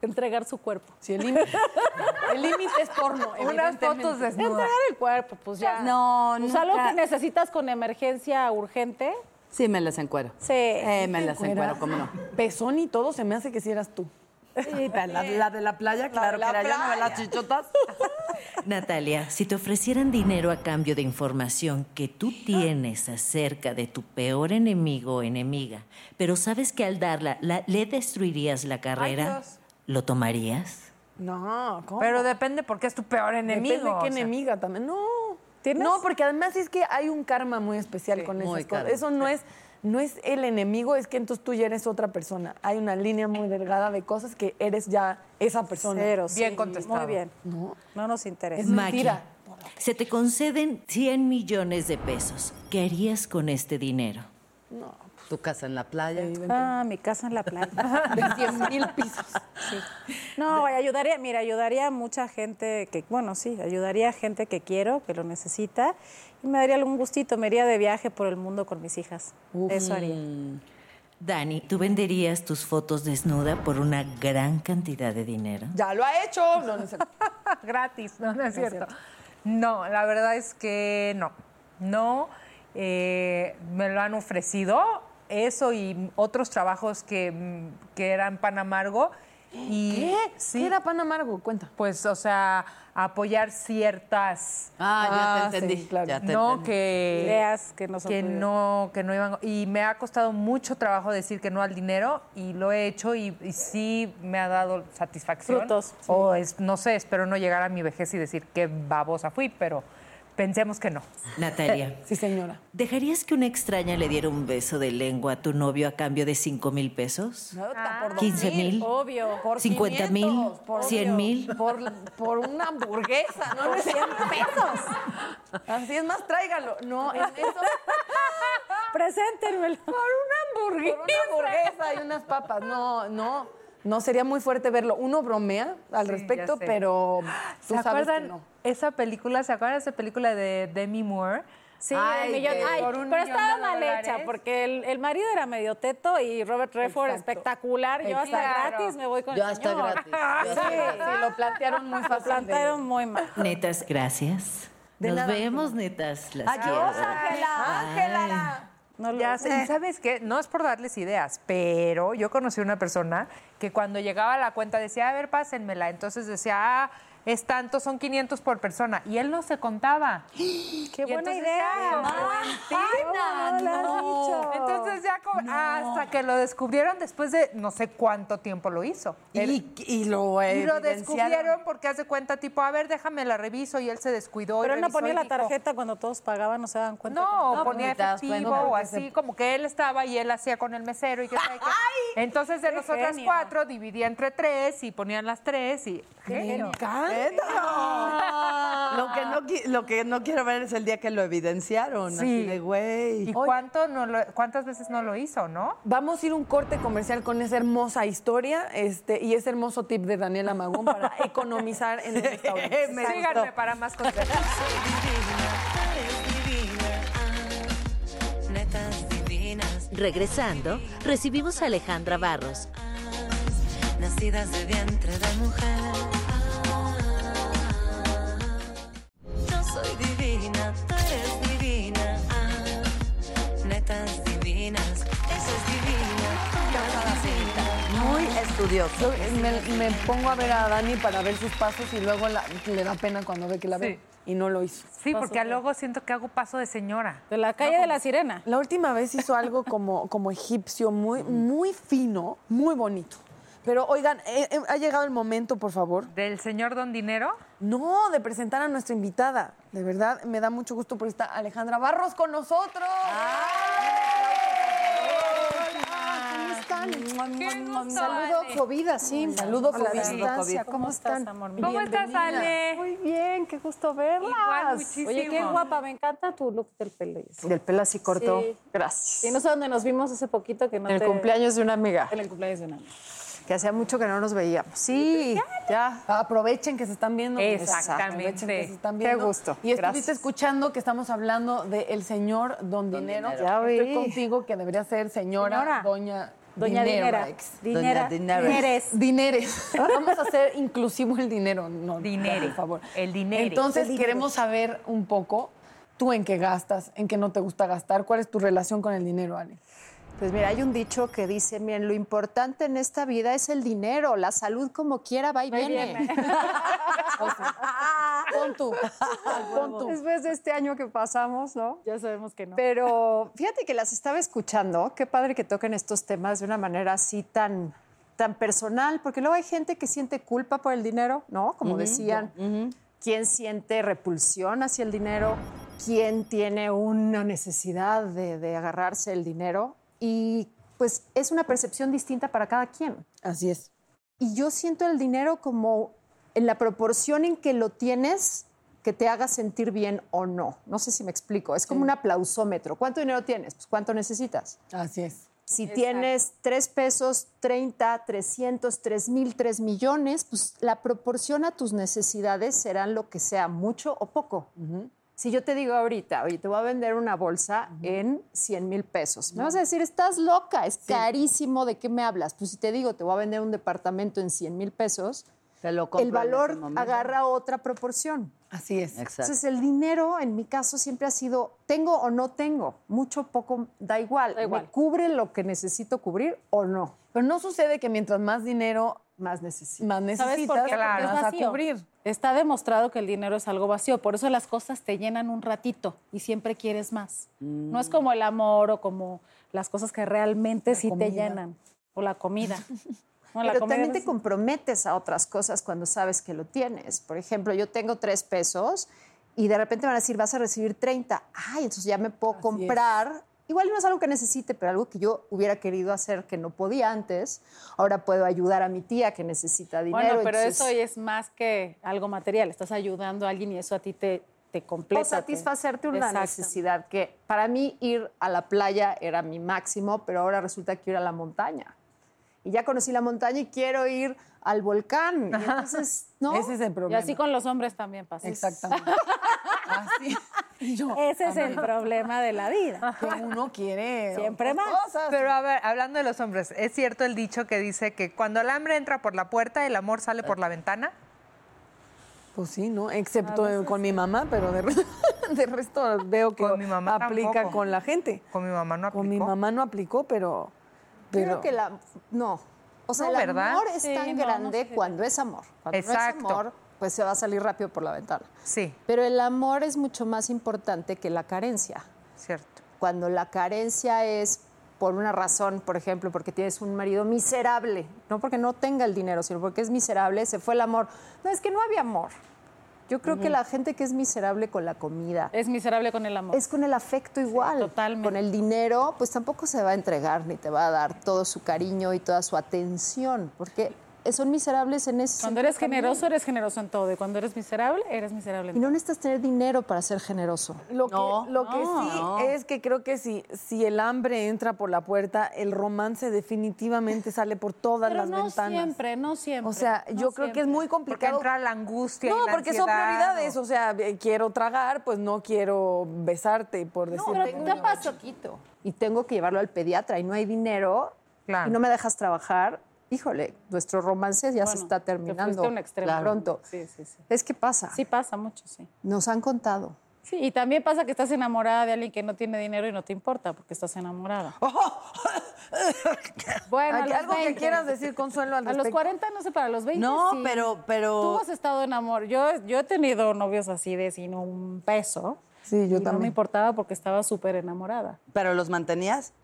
[SPEAKER 7] Entregar su cuerpo.
[SPEAKER 4] Sí, el
[SPEAKER 7] <laughs>
[SPEAKER 4] límite. El límite es porno.
[SPEAKER 5] unas fotos
[SPEAKER 4] de.
[SPEAKER 5] desnudas.
[SPEAKER 7] Entregar el cuerpo, pues ya.
[SPEAKER 6] No,
[SPEAKER 7] Pues
[SPEAKER 6] nunca.
[SPEAKER 7] algo que necesitas con emergencia urgente.
[SPEAKER 6] <laughs> Sí, me las encuero.
[SPEAKER 7] Sí.
[SPEAKER 6] Eh, me las encuero, cómo no.
[SPEAKER 4] Pezón y todo, se me hace que si eras tú. Eh,
[SPEAKER 6] La, la de la playa, claro
[SPEAKER 4] la
[SPEAKER 6] que era yo, no de las
[SPEAKER 4] playa.
[SPEAKER 6] chichotas.
[SPEAKER 3] Natalia, si te ofrecieran dinero a cambio de información que tú tienes acerca de tu peor enemigo o enemiga, pero sabes que al darla la- le destruirías la carrera, ¿lo tomarías?
[SPEAKER 4] No, ¿cómo?
[SPEAKER 5] Pero depende porque es tu peor enemigo.
[SPEAKER 4] Depende de qué
[SPEAKER 5] o sea.
[SPEAKER 4] enemiga también. No.
[SPEAKER 7] ¿Tienes?
[SPEAKER 4] No, porque además es que hay un karma muy especial con
[SPEAKER 6] muy
[SPEAKER 4] esas cosas.
[SPEAKER 6] karma.
[SPEAKER 4] Eso no es no es el enemigo, es que entonces tú ya eres otra persona. Hay una línea muy delgada de cosas que eres ya esa persona.
[SPEAKER 7] Cero, sí,
[SPEAKER 5] Bien contestado.
[SPEAKER 7] Muy bien.
[SPEAKER 4] No.
[SPEAKER 7] No, nos interesa.
[SPEAKER 4] Es mentira.
[SPEAKER 3] Maki, se te conceden 100 millones de pesos. ¿Qué harías con este dinero?
[SPEAKER 6] Tu casa en la playa.
[SPEAKER 7] Ah, mi casa en la <laughs> playa.
[SPEAKER 4] De 100 mil pisos.
[SPEAKER 7] No, ayudaría, mira, ayudaría a mucha gente que, bueno, sí, ayudaría a gente que quiero, que lo necesita, y me daría algún gustito, me iría de viaje por el mundo con mis hijas. Eso haría.
[SPEAKER 3] Dani, ¿tú venderías tus fotos desnuda por una gran cantidad de dinero?
[SPEAKER 4] Ya lo ha hecho. No, no sé.
[SPEAKER 5] <laughs> gratis, no, no es cierto. No, la verdad es que no. No, eh, me lo han ofrecido, eso y otros trabajos que, mm, que eran pan amargo. Y,
[SPEAKER 4] ¿Qué?
[SPEAKER 5] Sí,
[SPEAKER 4] ¿Qué era pan amargo? Cuenta.
[SPEAKER 5] pues, o sea, apoyar ciertas...
[SPEAKER 6] Ah, ya
[SPEAKER 4] Ah,
[SPEAKER 6] te
[SPEAKER 4] sí,
[SPEAKER 6] entendí.
[SPEAKER 4] claro.
[SPEAKER 6] ya te
[SPEAKER 5] no,
[SPEAKER 6] entendí.
[SPEAKER 5] que...
[SPEAKER 7] Ideas que no son
[SPEAKER 5] que
[SPEAKER 7] tuyas.
[SPEAKER 5] no, que no iban. Y me ha costado mucho trabajo decir que no al dinero y lo he hecho y, y sí me ha dado satisfacción.
[SPEAKER 7] Frutos, sí.
[SPEAKER 5] O es, no sé, espero no llegar a mi vejez y decir qué babosa fui, pero pensemos que no.
[SPEAKER 3] Natalia,
[SPEAKER 4] <laughs> Sí, señora.
[SPEAKER 3] ¿dejarías que una extraña le diera un beso de lengua a tu novio a cambio de 5 mil pesos?
[SPEAKER 7] Ah.
[SPEAKER 4] por
[SPEAKER 3] 15 mil.
[SPEAKER 7] Obvio.
[SPEAKER 4] Por
[SPEAKER 3] 50 mil,
[SPEAKER 4] 500, por-
[SPEAKER 3] 100 mil.
[SPEAKER 4] Por, por una hamburguesa, no, no es 100 pesos. Así es más, tráigalo. No, en <laughs> eso,
[SPEAKER 7] Preséntenmelo.
[SPEAKER 4] por una hamburguesa y unas papas. No, no, no sería muy fuerte verlo. Uno bromea al
[SPEAKER 5] Sí,
[SPEAKER 4] respecto,
[SPEAKER 5] ya sé. <gasps>
[SPEAKER 4] pero tú
[SPEAKER 5] ¿Se
[SPEAKER 4] sabes que
[SPEAKER 5] acuerdan
[SPEAKER 4] no.
[SPEAKER 5] esa película? ¿Se acuerdan de esa película de Demi Moore?
[SPEAKER 7] Sí,
[SPEAKER 5] Ay,
[SPEAKER 7] el millón.
[SPEAKER 5] de-
[SPEAKER 7] ay,
[SPEAKER 5] por un
[SPEAKER 7] pero
[SPEAKER 5] millón
[SPEAKER 7] estaba
[SPEAKER 5] de
[SPEAKER 7] mal
[SPEAKER 5] dólares.
[SPEAKER 7] hecha porque el, el marido era medio teto y Robert Redford
[SPEAKER 4] Exacto.
[SPEAKER 7] espectacular. Yo hasta
[SPEAKER 5] Claro.
[SPEAKER 7] gratis me voy con
[SPEAKER 6] Yo
[SPEAKER 7] el
[SPEAKER 6] hasta
[SPEAKER 7] señor. <laughs>
[SPEAKER 6] gratis.
[SPEAKER 4] Sí, sí, lo plantearon muy fácil. de-
[SPEAKER 7] Plantaron muy mal.
[SPEAKER 5] <gasps>
[SPEAKER 3] Netas, gracias. Nos vemos, netas. Las quiero.
[SPEAKER 7] No lo-
[SPEAKER 5] Ya sé, ¿y sabes qué? No es por darles ideas, pero yo conocí una persona que cuando llegaba a la cuenta decía, a ver, pásenmela. Entonces decía, ah, es tanto, son 500 por persona. Y él no se contaba.
[SPEAKER 7] Qué
[SPEAKER 5] Y
[SPEAKER 7] buena
[SPEAKER 5] entonces
[SPEAKER 7] idea.
[SPEAKER 5] ya, como
[SPEAKER 7] Ana,
[SPEAKER 5] en ti,
[SPEAKER 7] Ah,
[SPEAKER 6] Ah,
[SPEAKER 7] no.
[SPEAKER 5] no. Entonces ya como- hasta que lo descubrieron después de no sé cuánto tiempo lo hizo. Él-
[SPEAKER 6] Y,
[SPEAKER 5] y
[SPEAKER 6] y lo
[SPEAKER 5] lo
[SPEAKER 6] evidenciaron.
[SPEAKER 5] descubrieron porque hace cuenta tipo, a ver, déjame la reviso y él se descuidó. y
[SPEAKER 7] Pero él no
[SPEAKER 5] revisó
[SPEAKER 7] ponía
[SPEAKER 5] y
[SPEAKER 7] la
[SPEAKER 5] dijo,
[SPEAKER 7] tarjeta cuando todos pagaban, no pues, se daban cuenta.
[SPEAKER 5] no,
[SPEAKER 6] No,
[SPEAKER 5] ponía
[SPEAKER 6] ni te das
[SPEAKER 5] efectivo
[SPEAKER 6] cuenta.
[SPEAKER 5] o así, como que él estaba y él hacía con el mesero y que Entonces de nosotras
[SPEAKER 7] genio!
[SPEAKER 5] cuatro dividía entre tres y ponían las tres y genio.
[SPEAKER 6] Ah. Lo que, no, qui- lo que no quiero ver es el día que lo evidenciaron. Así
[SPEAKER 5] Sí.
[SPEAKER 6] de, güey.
[SPEAKER 5] ¿Y cuánto no lo- cuántas veces no lo hizo, no?
[SPEAKER 4] Vamos a ir a un corte comercial con esa hermosa historia este, y ese hermoso tip de Daniela Magón
[SPEAKER 5] <laughs>
[SPEAKER 4] para economizar en el restaurante.
[SPEAKER 6] Me
[SPEAKER 5] Síganme
[SPEAKER 6] gustó.
[SPEAKER 5] para más consejos.
[SPEAKER 2] divina, tú eres divina. Ah, netas divinas,
[SPEAKER 3] Regresando, recibimos a Alejandra Barros,
[SPEAKER 2] nacidas de vientre de mujer. Ah, yo soy divina, tú eres divina. Ah, netas divinas, eso es divina. todas divinas.
[SPEAKER 6] Muy estudioso.
[SPEAKER 4] Yo, eh, me, me pongo a ver a Dani para ver sus pasos y luego la- le da pena cuando ve que la ve y no lo hizo.
[SPEAKER 5] Sí, porque luego siento que hago paso de señora.
[SPEAKER 7] De la calle de la sirena.
[SPEAKER 4] La última vez hizo algo como, como egipcio, muy, muy fino, muy bonito. Pero oigan, eh, eh, ha llegado el momento, por favor.
[SPEAKER 5] Del señor Don Dinero.
[SPEAKER 4] No, de presentar a nuestra invitada. De verdad, me da mucho gusto por estar Alejandra Barros con nosotros.
[SPEAKER 7] Ah,
[SPEAKER 9] ¿Cómo están?
[SPEAKER 5] gusto,
[SPEAKER 9] Mm, Saludo
[SPEAKER 5] Ale.
[SPEAKER 9] COVID, sí. Mm, Saludo
[SPEAKER 4] Hola,
[SPEAKER 9] COVID.
[SPEAKER 4] Dani.
[SPEAKER 9] distancia. ¿Cómo están?
[SPEAKER 7] amor mío?
[SPEAKER 5] ¿Cómo estás, Ale?
[SPEAKER 9] Muy bien, qué gusto verlas.
[SPEAKER 5] Igual, muchísimo.
[SPEAKER 7] Oye, qué guapa, me encanta tu look del pelo.
[SPEAKER 9] Del pelo así corto.
[SPEAKER 7] Sí.
[SPEAKER 9] Gracias.
[SPEAKER 7] Y no sé dónde nos vimos hace poquito que no
[SPEAKER 9] En el
[SPEAKER 7] te...
[SPEAKER 9] cumpleaños de una amiga,
[SPEAKER 7] En el cumpleaños de una amiga.
[SPEAKER 9] que hacía mucho que no nos veíamos. Sí, ya.
[SPEAKER 4] Aprovechen que se están viendo.
[SPEAKER 5] Exactamente.
[SPEAKER 4] Aprovechen que se están
[SPEAKER 9] Qué
[SPEAKER 4] viendo.
[SPEAKER 9] gusto.
[SPEAKER 4] Y estuviste
[SPEAKER 9] Gracias.
[SPEAKER 4] escuchando que estamos hablando del señor Don, Dinero.
[SPEAKER 9] Dinero. Ya
[SPEAKER 4] Estoy
[SPEAKER 9] vi.
[SPEAKER 4] contigo que debería ser señora,
[SPEAKER 7] Señora.
[SPEAKER 4] Doña
[SPEAKER 7] Doña Dinera.
[SPEAKER 4] Dinerex.
[SPEAKER 7] Dinera.
[SPEAKER 6] Dinerex.
[SPEAKER 7] Dineres.
[SPEAKER 5] <laughs>
[SPEAKER 4] Dineres. Vamos a hacer inclusivo el dinero. No,
[SPEAKER 5] Dinere.
[SPEAKER 4] Por favor.
[SPEAKER 5] El dinere.
[SPEAKER 4] Entonces queremos saber un poco tú en qué gastas, en qué no te gusta gastar, cuál es tu relación con el dinero, Ale.
[SPEAKER 9] Pues mira, hay un dicho que dice, miren, lo importante en esta vida es el dinero, la salud como quiera va y viene. <laughs>
[SPEAKER 4] <laughs> Pon tú. Pon tú.
[SPEAKER 9] Después de este año que pasamos, ¿no?
[SPEAKER 7] Ya sabemos que no.
[SPEAKER 9] Pero fíjate que las estaba escuchando. Qué padre que toquen estos temas de una manera así tan, tan personal, porque luego hay gente que siente culpa por el dinero, ¿no? Como decían, ¿quién siente repulsión hacia el dinero?
[SPEAKER 10] quién tiene una necesidad de, de agarrarse el dinero y pues es una percepción distinta para cada quien.
[SPEAKER 4] Así es.
[SPEAKER 10] Y yo siento el dinero como en la proporción en que lo tienes que te haga sentir bien o no. No sé si me explico. Es como un aplausómetro. ¿Cuánto dinero tienes? Pues cuánto necesitas.
[SPEAKER 4] Así es.
[SPEAKER 10] Si tienes 3 pesos, 30, 300, 3 mil, 3 millones, pues la proporción a tus necesidades serán lo que sea, mucho o poco. Si yo te digo ahorita, oye, te voy a vender una bolsa en 100 mil pesos, pues, me vas a decir, estás loca, es carísimo, ¿de qué me hablas? Pues si te digo, te voy a vender un departamento en 100 mil pesos,
[SPEAKER 6] Te lo compro
[SPEAKER 10] el
[SPEAKER 6] en ese
[SPEAKER 10] valor
[SPEAKER 6] momento.
[SPEAKER 10] agarra otra proporción.
[SPEAKER 4] Así es.
[SPEAKER 6] Exacto.
[SPEAKER 10] Entonces, el dinero en mi caso siempre ha sido tengo o no tengo, mucho poco, da igual. ¿Me cubre lo que necesito cubrir o no?
[SPEAKER 4] Pero no sucede que mientras más dinero,
[SPEAKER 10] Más necesito.
[SPEAKER 4] más necesitas,
[SPEAKER 7] ¿Sabes por qué? Porque
[SPEAKER 4] claro,
[SPEAKER 7] es
[SPEAKER 4] vas a
[SPEAKER 7] vacío.
[SPEAKER 4] cubrir.
[SPEAKER 7] Está demostrado que el dinero es algo vacío, por eso las cosas te llenan un ratito y siempre quieres más.
[SPEAKER 6] Mm.
[SPEAKER 7] No es como el amor o como las cosas que realmente sí te llenan o la comida. No, la
[SPEAKER 10] Pero
[SPEAKER 7] comida
[SPEAKER 10] también te
[SPEAKER 7] es-
[SPEAKER 10] comprometes a otras cosas cuando sabes que lo tienes. Por ejemplo, yo tengo tres pesos y de repente me van a decir, vas a recibir 30. Ay, entonces ya me puedo comprar. Igual no es algo que necesite, pero algo que yo hubiera querido hacer que no podía antes. Ahora puedo ayudar a mi tía que necesita dinero.
[SPEAKER 7] Bueno, pero eso
[SPEAKER 10] entonces-
[SPEAKER 7] es más que algo material. Estás ayudando a alguien y eso a ti te, te completa.
[SPEAKER 10] o satisfacerte una
[SPEAKER 7] Exacto.
[SPEAKER 10] necesidad que para mí ir a la playa era mi máximo, pero ahora resulta que ir a la montaña. Y ya conocí la montaña y quiero ir al volcán. Y entonces, ¿no?
[SPEAKER 4] Ese es el
[SPEAKER 7] Y
[SPEAKER 4] problema.
[SPEAKER 7] así con los hombres también pasa.
[SPEAKER 4] Exactamente.
[SPEAKER 7] <laughs>
[SPEAKER 4] así. Y yo,
[SPEAKER 7] Ese es el problema de la vida.
[SPEAKER 4] que uno quiere
[SPEAKER 7] Siempre más.
[SPEAKER 4] cosas.
[SPEAKER 5] Pero a ver, hablando de los hombres, ¿es cierto el dicho que dice que cuando el hambre entra por la puerta, el amor sale por la ventana?
[SPEAKER 4] Pues sí, ¿no? Excepto con mi mamá, pero de, re- <laughs> de resto veo que
[SPEAKER 5] Con mi mamá
[SPEAKER 4] aplica
[SPEAKER 5] tampoco.
[SPEAKER 4] con la gente.
[SPEAKER 5] Con mi mamá no aplicó.
[SPEAKER 4] Con mi mamá no aplicó, pero...
[SPEAKER 10] Creo
[SPEAKER 4] pero
[SPEAKER 10] que la. No. O sea,
[SPEAKER 5] No,
[SPEAKER 10] el
[SPEAKER 5] ¿verdad?
[SPEAKER 10] amor es
[SPEAKER 7] Sí,
[SPEAKER 10] tan
[SPEAKER 7] no, no
[SPEAKER 10] grande
[SPEAKER 7] sé.
[SPEAKER 10] cuando es amor. Cuando no
[SPEAKER 5] Exacto.
[SPEAKER 10] es amor, pues se va a salir rápido por la ventana.
[SPEAKER 5] Sí,
[SPEAKER 10] Pero el amor es mucho más importante que la carencia.
[SPEAKER 5] cierto.
[SPEAKER 10] cuando la carencia es por una razón, por ejemplo, porque tienes un marido miserable, no porque no tenga el dinero, sino porque es miserable, se fue el amor. No, es que no había amor. Yo creo que la gente que es miserable con la comida,
[SPEAKER 7] Es miserable con el amor.
[SPEAKER 10] es con el afecto igual.
[SPEAKER 7] totalmente.
[SPEAKER 10] Con el dinero, pues tampoco se va a entregar ni te va a dar todo su cariño y toda su atención, porque son miserables en ese
[SPEAKER 7] Cuando
[SPEAKER 10] sentido
[SPEAKER 7] eres
[SPEAKER 10] también.
[SPEAKER 7] generoso, eres generoso en todo. Y cuando eres miserable, eres miserable en
[SPEAKER 10] Y no necesitas tener dinero para ser generoso.
[SPEAKER 4] Lo que,
[SPEAKER 6] No,
[SPEAKER 4] lo que
[SPEAKER 6] no,
[SPEAKER 4] sí
[SPEAKER 6] no.
[SPEAKER 4] es que creo que si, si el hambre entra por la puerta, el romance definitivamente sale por todas
[SPEAKER 7] Pero
[SPEAKER 4] las
[SPEAKER 7] no
[SPEAKER 4] ventanas.
[SPEAKER 7] siempre, no siempre.
[SPEAKER 4] O sea,
[SPEAKER 7] no
[SPEAKER 4] yo creo que
[SPEAKER 7] siempre.
[SPEAKER 4] es muy
[SPEAKER 5] Porque
[SPEAKER 4] complicado.
[SPEAKER 5] entra la angustia. y
[SPEAKER 4] no,
[SPEAKER 5] la
[SPEAKER 4] porque son
[SPEAKER 5] ansiedad,
[SPEAKER 4] prioridades.
[SPEAKER 5] o-
[SPEAKER 4] O sea, eh, quiero tragar, pues no quiero besarte, por decirlo.
[SPEAKER 7] Pero te ha pasado-
[SPEAKER 10] y tengo que llevarlo al pediatra y no hay dinero
[SPEAKER 5] Claro.
[SPEAKER 10] y no me dejas trabajar, híjole, nuestro romance ya se
[SPEAKER 7] Bueno,
[SPEAKER 10] está
[SPEAKER 7] te
[SPEAKER 10] terminando
[SPEAKER 7] fuiste a un extremo.
[SPEAKER 10] claro. pronto.
[SPEAKER 7] Sí, sí, sí.
[SPEAKER 10] Es que pasa,
[SPEAKER 7] Sí pasa mucho, sí.
[SPEAKER 10] nos han contado.
[SPEAKER 7] Sí, y también pasa que estás enamorada de alguien que no tiene dinero y no te importa porque estás
[SPEAKER 4] <laughs>
[SPEAKER 7] enamorada.
[SPEAKER 4] Oh,
[SPEAKER 7] Bueno, a
[SPEAKER 4] Aquí-
[SPEAKER 7] los
[SPEAKER 4] algo que
[SPEAKER 7] 20.
[SPEAKER 4] quieras decir, Consuelo, al
[SPEAKER 7] A los
[SPEAKER 4] respecto.
[SPEAKER 7] 40, no sé, para los 20
[SPEAKER 6] No,
[SPEAKER 7] sí.
[SPEAKER 6] pero- pero-
[SPEAKER 7] Tú has estado enamorada. Yo, yo he tenido novios así de sin un peso.
[SPEAKER 4] Sí,
[SPEAKER 7] y No
[SPEAKER 4] yo
[SPEAKER 7] me
[SPEAKER 4] también.
[SPEAKER 7] importaba porque estaba súper enamorada.
[SPEAKER 6] ¿Pero los mantenías?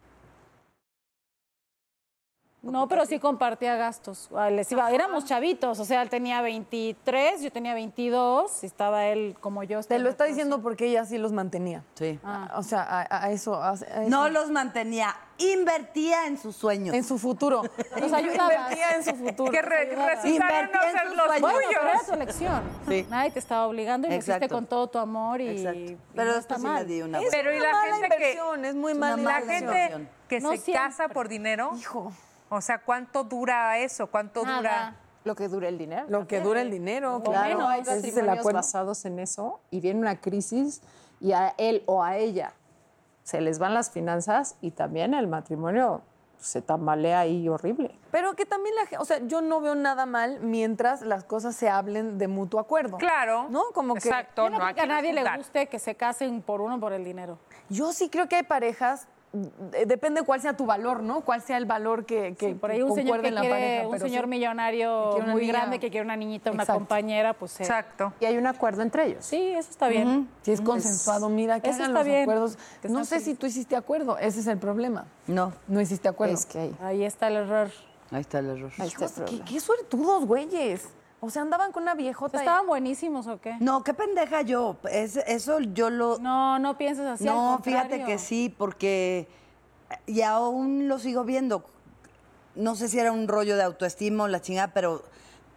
[SPEAKER 7] No, pero sí compartía gastos. Ah, les iba- éramos chavitos, o sea, él tenía 23, yo tenía 22, y estaba él como yo.
[SPEAKER 4] Te lo está diciendo porque ella sí los mantenía.
[SPEAKER 6] Sí.
[SPEAKER 4] O sea, a, a eso. a- a eso.
[SPEAKER 6] No los mantenía, invertía en sus sueños.
[SPEAKER 4] En su
[SPEAKER 6] <laughs>
[SPEAKER 4] futuro.
[SPEAKER 7] Nos ayudabas.
[SPEAKER 4] Invertía en su futuro.
[SPEAKER 5] Que re- resultaron no
[SPEAKER 6] Invertí en
[SPEAKER 5] ser
[SPEAKER 6] sus
[SPEAKER 5] los
[SPEAKER 6] sueños.
[SPEAKER 7] Bueno, pero era
[SPEAKER 5] tuyos.
[SPEAKER 7] tu elección.
[SPEAKER 6] Sí.
[SPEAKER 7] Nadie te estaba obligando y lo hiciste
[SPEAKER 6] Exacto.
[SPEAKER 7] con todo tu amor y, y
[SPEAKER 6] Exacto. Pero
[SPEAKER 7] no
[SPEAKER 6] después
[SPEAKER 7] está
[SPEAKER 6] sí
[SPEAKER 7] mal.
[SPEAKER 6] le di una
[SPEAKER 5] Pero y
[SPEAKER 4] la
[SPEAKER 5] la
[SPEAKER 4] mala
[SPEAKER 5] gente
[SPEAKER 4] inversión,
[SPEAKER 5] que
[SPEAKER 4] es muy
[SPEAKER 6] una
[SPEAKER 4] mala
[SPEAKER 6] mala
[SPEAKER 5] la
[SPEAKER 4] inversión.
[SPEAKER 5] gente
[SPEAKER 6] inversión.
[SPEAKER 5] que
[SPEAKER 7] No
[SPEAKER 5] se
[SPEAKER 7] siempre.
[SPEAKER 5] casa por dinero.
[SPEAKER 4] Hijo.
[SPEAKER 5] O sea, ¿cuánto dura eso? ¿Cuánto
[SPEAKER 7] Nada.
[SPEAKER 5] dura?
[SPEAKER 10] Lo que dure el dinero.
[SPEAKER 4] Lo que dura el dinero,
[SPEAKER 10] claro,
[SPEAKER 4] claro.
[SPEAKER 10] hay
[SPEAKER 4] Ese es el
[SPEAKER 10] matrimonios
[SPEAKER 4] acuerdo.
[SPEAKER 10] basados en eso y viene una crisis y a él o a ella se les van las finanzas y también el matrimonio se tambalea ahí horrible.
[SPEAKER 4] Pero que también la gente, o sea, yo no veo nada mal mientras las cosas se hablen de mutuo acuerdo.
[SPEAKER 5] Claro.
[SPEAKER 4] ¿No? Como que
[SPEAKER 5] Exacto.
[SPEAKER 7] Yo no
[SPEAKER 5] no,
[SPEAKER 7] creo que a
[SPEAKER 5] aquí no
[SPEAKER 7] nadie
[SPEAKER 5] es
[SPEAKER 7] le
[SPEAKER 5] juntar.
[SPEAKER 7] guste que se casen por uno por el dinero.
[SPEAKER 4] yo sí creo que hay parejas, eh, depende cuál sea tu valor, ¿no? Cuál sea el valor que, que
[SPEAKER 7] Sí, por ahí un
[SPEAKER 4] concuerde
[SPEAKER 7] señor que
[SPEAKER 4] en la
[SPEAKER 7] quiere,
[SPEAKER 4] pareja.
[SPEAKER 7] un
[SPEAKER 4] pero
[SPEAKER 7] señor
[SPEAKER 4] sí. Que
[SPEAKER 7] millonario
[SPEAKER 4] quiere una
[SPEAKER 7] muy
[SPEAKER 4] niña.
[SPEAKER 7] grande que quiere una niñita, una
[SPEAKER 4] Exacto.
[SPEAKER 7] compañera, pues eh,
[SPEAKER 5] Exacto.
[SPEAKER 10] Y hay un acuerdo entre ellos.
[SPEAKER 7] sí, eso está bien.
[SPEAKER 4] Si es consensuado, mira, que
[SPEAKER 7] Eso
[SPEAKER 4] hagan
[SPEAKER 7] está
[SPEAKER 4] los
[SPEAKER 7] bien,
[SPEAKER 4] acuerdos.
[SPEAKER 7] que
[SPEAKER 4] No
[SPEAKER 7] sean
[SPEAKER 4] sé si tú hiciste acuerdo, ese es el problema.
[SPEAKER 6] No,
[SPEAKER 4] No hiciste acuerdo.
[SPEAKER 10] Es que ahí,
[SPEAKER 7] Ahí está el error.
[SPEAKER 6] ahí está el error.
[SPEAKER 10] ahí está el
[SPEAKER 4] Qué,
[SPEAKER 10] problema.
[SPEAKER 4] qué suertudos, güeyes. O sea, andaban con una viejota.
[SPEAKER 7] ¿Estaban buenísimos o qué?
[SPEAKER 6] No, qué pendeja yo. Es, eso yo lo.
[SPEAKER 7] No, no pienses así. al
[SPEAKER 6] No,
[SPEAKER 7] contrario.
[SPEAKER 6] fíjate que sí, porque. Y aún lo sigo viendo. No sé si era un rollo de autoestima o la chingada, pero,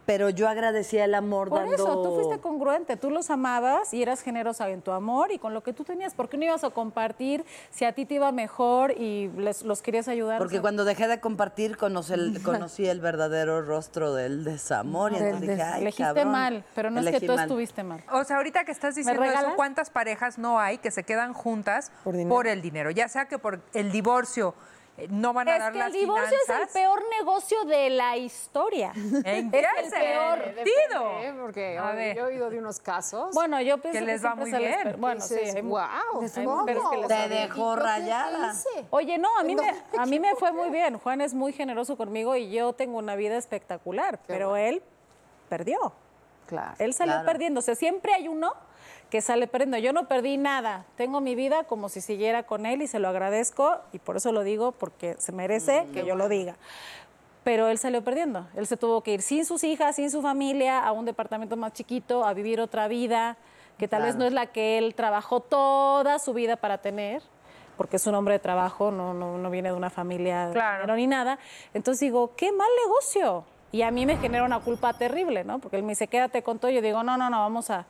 [SPEAKER 6] pero yo agradecía el amor
[SPEAKER 7] Por
[SPEAKER 6] dando.
[SPEAKER 7] eso, tú fuiste congruente, tú los amabas y eras generosa en tu amor y con lo que tú tenías. ¿Por qué no ibas a compartir si a ti te iba mejor y les- los querías ayudar? O
[SPEAKER 6] Porque
[SPEAKER 7] sea,
[SPEAKER 6] cuando dejé de compartir conocí
[SPEAKER 7] <laughs>
[SPEAKER 6] el, conocí el verdadero rostro del desamor y
[SPEAKER 7] Del
[SPEAKER 6] entonces dije,
[SPEAKER 7] des-
[SPEAKER 6] ay,
[SPEAKER 7] elegiste
[SPEAKER 6] cabrón,
[SPEAKER 7] mal, pero no es que
[SPEAKER 6] elegí
[SPEAKER 7] tú
[SPEAKER 6] mal".
[SPEAKER 7] estuviste mal.
[SPEAKER 5] O sea, ahorita que estás diciendo eso,
[SPEAKER 7] regalas?
[SPEAKER 5] ¿cuántas parejas no hay que se quedan juntas por, el dinero? Ya sea que por el divorcio eh, no van a
[SPEAKER 7] Es
[SPEAKER 5] dar
[SPEAKER 7] que
[SPEAKER 5] las
[SPEAKER 7] el divorcio es el
[SPEAKER 5] finanzas.
[SPEAKER 7] peor negocio de la historia.
[SPEAKER 5] ¿En
[SPEAKER 7] Es
[SPEAKER 5] qué
[SPEAKER 7] el
[SPEAKER 5] se
[SPEAKER 7] peor.
[SPEAKER 5] han
[SPEAKER 7] Depende,
[SPEAKER 5] metido?
[SPEAKER 10] ¿eh? Porque
[SPEAKER 5] A
[SPEAKER 10] oye,
[SPEAKER 5] ver.
[SPEAKER 10] yo he oído de unos casos.
[SPEAKER 7] Bueno, yo pensé
[SPEAKER 5] Que les va
[SPEAKER 7] siempre
[SPEAKER 5] muy
[SPEAKER 7] se
[SPEAKER 5] bien.
[SPEAKER 7] per- Bueno, sí,
[SPEAKER 10] dices,
[SPEAKER 7] hay mu-
[SPEAKER 10] wow,
[SPEAKER 7] hay
[SPEAKER 10] ¿cómo?
[SPEAKER 7] mujeres que les
[SPEAKER 6] Te
[SPEAKER 7] va bien.
[SPEAKER 6] dejó rayada.
[SPEAKER 7] Oye, no, a mí, me, a mí me fue muy bien. Juan es muy generoso conmigo y yo tengo una vida espectacular, pero él perdió.
[SPEAKER 10] Claro.
[SPEAKER 7] Él salió
[SPEAKER 6] Claro.
[SPEAKER 7] perdiendo. O sea, siempre hay uno que sale perdiendo. Yo no perdí nada. Tengo mi vida como si siguiera con él y se lo agradezco y por eso lo digo porque se merece que yo lo diga. Pero él salió perdiendo. Él se tuvo que ir sin sus hijas, sin su familia, a un departamento más chiquito, a vivir otra vida que tal vez no es la que él trabajó toda su vida para tener, porque es un hombre de trabajo, no, no, no viene de una familia de
[SPEAKER 5] Claro.
[SPEAKER 7] dinero ni nada. Entonces digo, qué mal negocio. Y a mí me genera una culpa terrible, ¿no? Porque él me dice, quédate con todo. Yo digo, no, no, no, vamos a...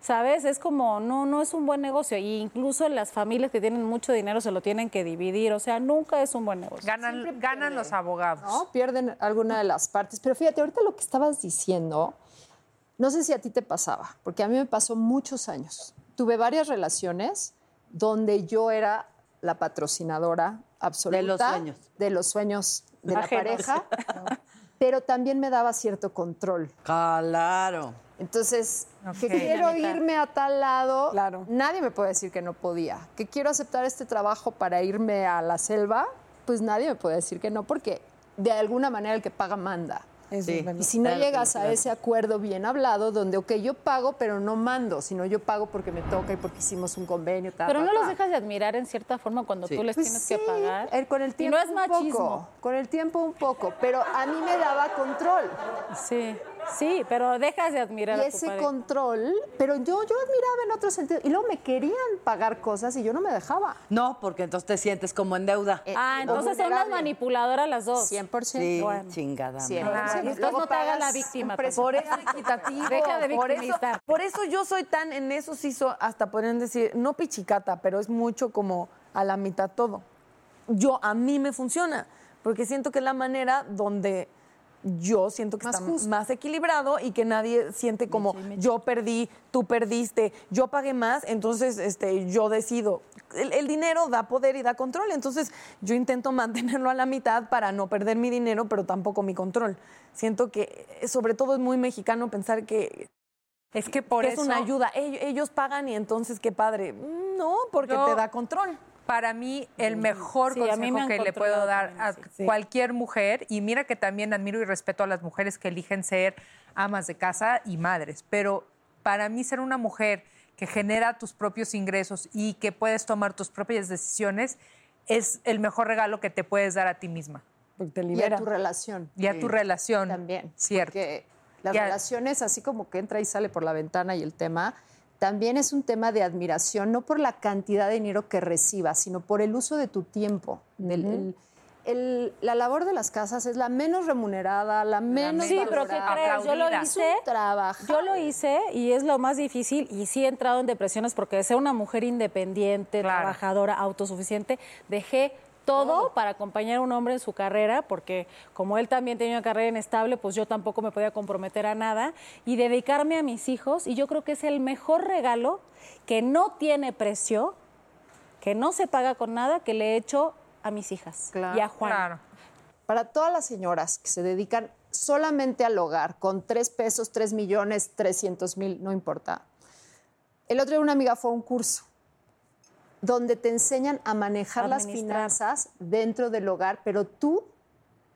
[SPEAKER 7] ¿Sabes? Es como, no, no es un buen negocio. Y incluso las familias que tienen mucho dinero se lo tienen que dividir. O sea, nunca es un buen negocio.
[SPEAKER 5] Ganan, ganan los abogados.
[SPEAKER 10] ¿no? Pierden alguna de las partes. Pero fíjate, ahorita lo que estabas diciendo, no sé si a ti te pasaba, porque a mí me pasó muchos años. Tuve varias relaciones donde yo era la patrocinadora absoluta
[SPEAKER 6] sueños.
[SPEAKER 10] de los sueños de la
[SPEAKER 7] Ajenos.
[SPEAKER 10] pareja, pero también me daba cierto control.
[SPEAKER 6] Claro.
[SPEAKER 10] Entonces,
[SPEAKER 5] Ok.
[SPEAKER 10] que quiero
[SPEAKER 7] Dinamita.
[SPEAKER 10] irme a tal lado,
[SPEAKER 4] Claro.
[SPEAKER 10] nadie me puede decir que no podía. Que quiero aceptar este trabajo para irme a la selva, pues nadie me puede decir que no, porque de alguna manera el que paga manda.
[SPEAKER 4] Eso
[SPEAKER 6] Sí.
[SPEAKER 4] es verdad.
[SPEAKER 10] Y si no
[SPEAKER 6] Claro,
[SPEAKER 10] llegas
[SPEAKER 6] claro,
[SPEAKER 10] a ese acuerdo bien hablado, donde, ok, yo pago, pero no mando, sino yo pago porque me toca y porque hicimos un convenio, tal,
[SPEAKER 7] Pero no los dejas de admirar en cierta forma cuando tú les tienes que pagar.
[SPEAKER 10] con Pues el tiempo
[SPEAKER 7] Y no es
[SPEAKER 10] un
[SPEAKER 7] machismo.
[SPEAKER 10] poco, con el tiempo un poco, pero a mí me daba control.
[SPEAKER 7] Sí, sí, pero dejas de admirar
[SPEAKER 10] y
[SPEAKER 7] a tu
[SPEAKER 10] ese
[SPEAKER 7] pareja.
[SPEAKER 10] control, pero yo, yo admiraba en otro sentido. Y luego me querían pagar cosas y yo no me dejaba. Eh,
[SPEAKER 6] No, porque entonces te sientes como en deuda.
[SPEAKER 7] Ah, entonces son las manipuladoras las dos.
[SPEAKER 10] 100%.
[SPEAKER 6] sí,
[SPEAKER 7] bueno.
[SPEAKER 6] chingada. madre.
[SPEAKER 7] Ah, entonces
[SPEAKER 10] Luego
[SPEAKER 7] no te hagas la
[SPEAKER 10] pagas
[SPEAKER 7] víctima.
[SPEAKER 10] un precio.
[SPEAKER 4] Por eso equitativo.
[SPEAKER 7] Deja de
[SPEAKER 4] por, eso,
[SPEAKER 7] victimizar.
[SPEAKER 4] por eso yo soy tan, en eso sí, so- hasta podrían decir, no pichicata, pero es mucho como a la mitad todo. Yo, a mí me funciona, porque siento que es la manera donde yo siento que
[SPEAKER 10] Más
[SPEAKER 4] está
[SPEAKER 10] justo.
[SPEAKER 4] más equilibrado y que nadie siente como yo perdí, tú perdiste, yo pagué más, entonces este, yo decido. El, el dinero da poder y da control, entonces yo intento <laughs> mantenerlo a la mitad para no perder mi dinero, pero tampoco mi control. Siento que eh, sobre todo es muy mexicano pensar que,
[SPEAKER 5] Es que por
[SPEAKER 4] que
[SPEAKER 5] eso
[SPEAKER 4] es una ayuda, ellos, ellos pagan y entonces qué padre. Mm, No, porque
[SPEAKER 5] Yo-
[SPEAKER 4] te da control.
[SPEAKER 5] Para mí, el mejor
[SPEAKER 7] Sí, a mí me
[SPEAKER 5] consejo
[SPEAKER 7] han
[SPEAKER 5] que le
[SPEAKER 7] controlado
[SPEAKER 5] puedo dar
[SPEAKER 7] también,
[SPEAKER 5] a
[SPEAKER 7] sí.
[SPEAKER 5] cualquier mujer, y mira que también admiro y respeto a las mujeres que eligen ser amas de casa y madres, pero para mí ser una mujer que genera tus propios ingresos y que puedes tomar tus propias decisiones es el mejor regalo que te puedes dar a ti misma
[SPEAKER 4] Porque te
[SPEAKER 10] Y a
[SPEAKER 4] libera.
[SPEAKER 10] tu relación
[SPEAKER 5] y a tu relación.
[SPEAKER 10] también.
[SPEAKER 5] Cierto.
[SPEAKER 10] Porque las
[SPEAKER 5] Y a-
[SPEAKER 10] relaciones, así como que entra y sale por la ventana y el tema, también es un tema de admiración, no por la cantidad de dinero que recibas, sino por el uso de tu tiempo. del- el- el- la labor de las casas es la menos remunerada, la menos
[SPEAKER 7] Sí, pero ¿qué
[SPEAKER 10] valorada.
[SPEAKER 7] crees? Yo lo
[SPEAKER 5] Aplaudida.
[SPEAKER 10] Es un
[SPEAKER 7] hice.
[SPEAKER 10] trabajo.
[SPEAKER 7] Yo lo hice y es lo más difícil y sí he entrado en depresiones porque de ser una mujer independiente,
[SPEAKER 5] Claro.
[SPEAKER 7] trabajadora, autosuficiente, dejé todo para acompañar a un hombre en su carrera porque como él también tenía una carrera inestable, pues yo tampoco me podía comprometer a nada y dedicarme a mis hijos y yo creo que es el mejor regalo que no tiene precio, que no se paga con nada, que le he hecho a mis hijas y a Juan.
[SPEAKER 5] Claro.
[SPEAKER 10] Para todas las señoras que se dedican solamente al hogar, con tres pesos, tres millones, 300 mil, no importa. El otro día una amiga fue a un curso donde te enseñan a manejar las
[SPEAKER 7] Administrar.
[SPEAKER 10] finanzas dentro del hogar, pero tú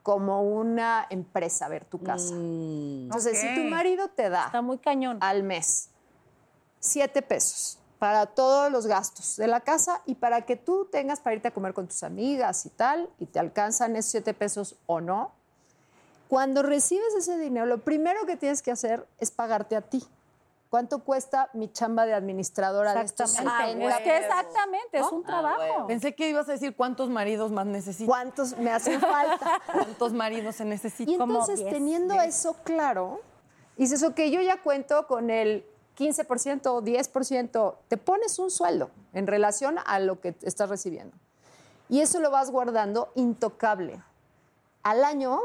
[SPEAKER 10] como una empresa, a ver tu casa. Entonces, si
[SPEAKER 5] ok.
[SPEAKER 10] tu marido te da
[SPEAKER 7] Mm. Está muy cañón.
[SPEAKER 10] al mes. Siete pesos para todos los gastos de la casa y para que tú tengas para irte a comer con tus amigas y tal, y te alcanzan esos siete pesos o no. Cuando recibes ese dinero, lo primero que tienes que hacer es pagarte a ti. ¿Cuánto cuesta mi chamba de administradora de estos
[SPEAKER 7] Exactamente. Ah,
[SPEAKER 10] 70
[SPEAKER 7] es que
[SPEAKER 10] pesos?
[SPEAKER 7] exactamente, es un trabajo.
[SPEAKER 4] Pensé que ibas a decir cuántos maridos más necesito.
[SPEAKER 10] ¿Cuántos me hacen falta?
[SPEAKER 4] <laughs> ¿Cuántos maridos se necesitan?
[SPEAKER 10] Y entonces, teniendo eso claro, dices, ok, yo ya cuento con el 15% o 10%, te pones un sueldo en relación a lo que estás recibiendo. Y eso lo vas guardando intocable. Al año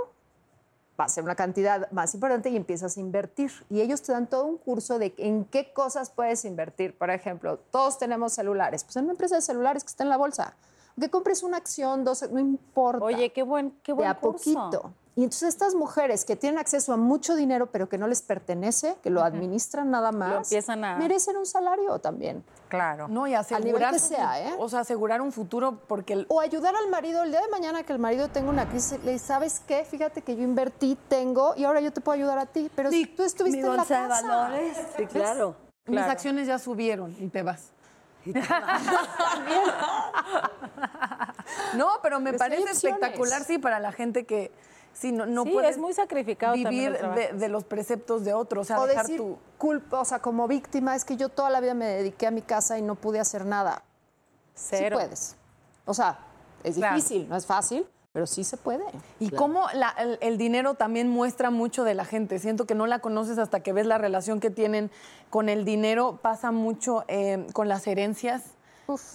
[SPEAKER 10] va a ser una cantidad más importante y empiezas a invertir. Y ellos te dan todo un curso de en qué cosas puedes invertir. Por ejemplo, todos tenemos celulares. Pues en una empresa de celulares que está en la bolsa. Que compres una acción, dos, no importa
[SPEAKER 7] Oye, qué buen, qué buen
[SPEAKER 10] de a
[SPEAKER 7] curso.
[SPEAKER 10] poquito. Y entonces estas mujeres que tienen acceso a mucho dinero pero que no les pertenece, que lo administran nada más,
[SPEAKER 7] empiezan a-
[SPEAKER 10] merecen un salario también.
[SPEAKER 5] Claro.
[SPEAKER 4] No, y asegurar.
[SPEAKER 10] nivel que
[SPEAKER 4] su-
[SPEAKER 10] sea, ¿eh?
[SPEAKER 4] O sea, asegurar un futuro porque. el-
[SPEAKER 10] O ayudar al marido el día de mañana que el marido tenga una crisis, le dice, sabes qué, fíjate que yo invertí, tengo y ahora yo te puedo ayudar a ti, pero si tú estuviste en la casa.
[SPEAKER 6] Sí, claro.
[SPEAKER 4] Mis acciones ya subieron y te vas. <laughs> no, pero me
[SPEAKER 10] Pues hay
[SPEAKER 4] parece
[SPEAKER 10] opciones.
[SPEAKER 4] espectacular, sí, para la gente que sí, no, no
[SPEAKER 7] Sí,
[SPEAKER 4] puedes
[SPEAKER 7] es muy sacrificado también
[SPEAKER 4] vivir
[SPEAKER 7] el trabajo.
[SPEAKER 4] de, de los preceptos de otros. O sea,
[SPEAKER 10] O
[SPEAKER 4] dejar
[SPEAKER 10] decir
[SPEAKER 4] tu.
[SPEAKER 10] culpa, o sea, como víctima, es que yo toda la vida me dediqué a mi casa y no pude hacer nada.
[SPEAKER 7] Cero.
[SPEAKER 10] Sí puedes. O sea, es
[SPEAKER 5] Claro.
[SPEAKER 10] difícil, no es fácil, pero sí se puede.
[SPEAKER 4] Y cómo la- el, el dinero también muestra mucho de la gente. Siento que no la conoces hasta que ves la relación que tienen con el dinero. Pasa mucho eh, con las herencias.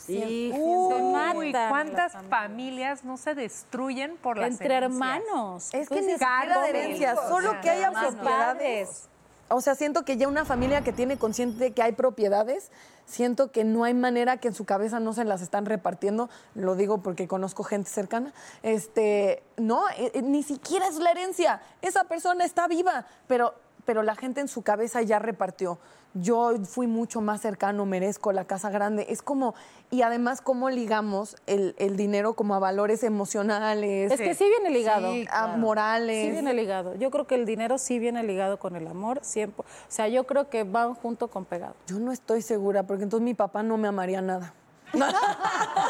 [SPEAKER 6] Y
[SPEAKER 5] Uy,
[SPEAKER 7] matan
[SPEAKER 5] ¿cuántas
[SPEAKER 7] las
[SPEAKER 5] familias no se destruyen por las
[SPEAKER 7] Entre
[SPEAKER 5] herencias?
[SPEAKER 7] hermanos.
[SPEAKER 4] Es que
[SPEAKER 7] Pues
[SPEAKER 4] ni siquiera de
[SPEAKER 7] como
[SPEAKER 4] herencias,
[SPEAKER 7] hijos,
[SPEAKER 4] solo
[SPEAKER 7] o sea,
[SPEAKER 4] que haya
[SPEAKER 7] hermanos.
[SPEAKER 4] propiedades. O sea, siento que ya una familia que tiene consciente de que hay propiedades, siento que no hay manera que en su cabeza no se las están repartiendo. Lo digo porque conozco gente cercana. Este, no, eh, eh, ni siquiera es la herencia. Esa persona está viva, pero, pero la gente en su cabeza ya repartió. Yo fui mucho más cercano, merezco la casa grande. Es como, y además, cómo ligamos el, el dinero como a valores emocionales.
[SPEAKER 7] Es que sí viene ligado.
[SPEAKER 4] Sí, a morales.
[SPEAKER 7] Sí viene ligado. Yo creo que el dinero sí viene ligado con el amor, siempre. O sea, yo creo que van junto con pegado.
[SPEAKER 4] Yo no estoy segura, porque entonces mi papá no me amaría nada.
[SPEAKER 7] <laughs>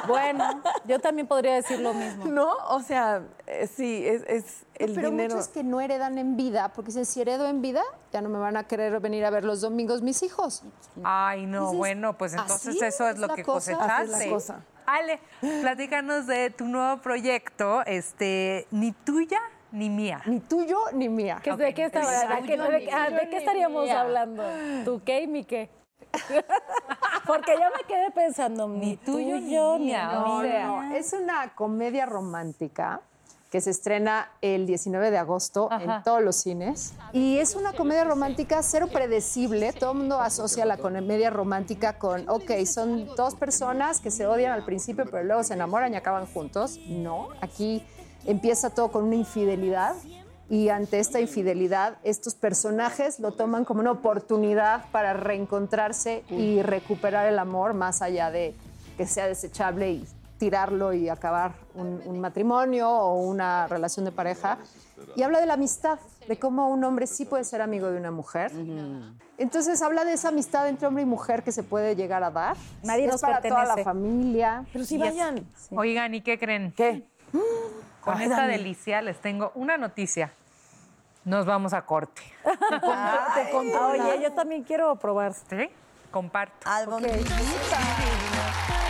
[SPEAKER 7] Bueno, yo también podría decir lo mismo.
[SPEAKER 4] ¿No? O sea, eh, sí, es, es el
[SPEAKER 10] pero
[SPEAKER 4] dinero.
[SPEAKER 10] muchos que no heredan en vida, porque dicen, si heredo en vida, ya no me van a querer venir a ver los domingos mis hijos.
[SPEAKER 5] Ay, no,
[SPEAKER 10] Dices,
[SPEAKER 5] bueno, pues
[SPEAKER 10] así
[SPEAKER 5] entonces eso es
[SPEAKER 10] es
[SPEAKER 5] lo
[SPEAKER 10] la
[SPEAKER 5] que
[SPEAKER 10] cosa, así
[SPEAKER 5] cosechaste.
[SPEAKER 10] es la cosa.
[SPEAKER 5] Ale, platícanos de tu nuevo proyecto, este, ni tuya ni mía.
[SPEAKER 10] Ni tuyo ni mía.
[SPEAKER 7] ¿Qué- ¿De qué, estaba- de qué- de- ah, ¿de qué estaríamos hablando? ¿Tú qué y mi qué? <laughs> Porque yo me quedé pensando, ni tuyo ni mía.
[SPEAKER 10] No,
[SPEAKER 7] o sea.
[SPEAKER 10] no, es una comedia romántica que se estrena el 19 de agosto en todos los cines. Y es una comedia romántica cero predecible. Todo el mundo asocia la comedia romántica con, ok, son dos personas que se odian al principio, pero luego se enamoran y acaban juntos. No, aquí empieza todo con una infidelidad. Y ante esta infidelidad, estos personajes lo toman como una oportunidad para reencontrarse y recuperar el amor más allá de que sea desechable y tirarlo y acabar un, un matrimonio o una relación de pareja. Y habla de la amistad, de cómo un hombre sí puede ser amigo de una mujer. Entonces habla de esa amistad entre hombre y mujer que se puede llegar a dar.
[SPEAKER 7] Nadie
[SPEAKER 10] es
[SPEAKER 7] nos
[SPEAKER 10] para toda la
[SPEAKER 7] pertenece.
[SPEAKER 10] familia.
[SPEAKER 4] Pero sí vayan.
[SPEAKER 5] Oigan, ¿y qué creen?
[SPEAKER 4] ¿Qué?
[SPEAKER 5] <gasps> Con
[SPEAKER 4] Ay,
[SPEAKER 5] esta
[SPEAKER 4] Dani.
[SPEAKER 5] delicia les tengo una noticia. Nos vamos a corte.
[SPEAKER 7] <laughs>
[SPEAKER 4] Te conto-
[SPEAKER 7] Ah, Oye, yo también quiero probar.
[SPEAKER 5] ¿Sí? Comparto.
[SPEAKER 6] Álbum.
[SPEAKER 2] Ah,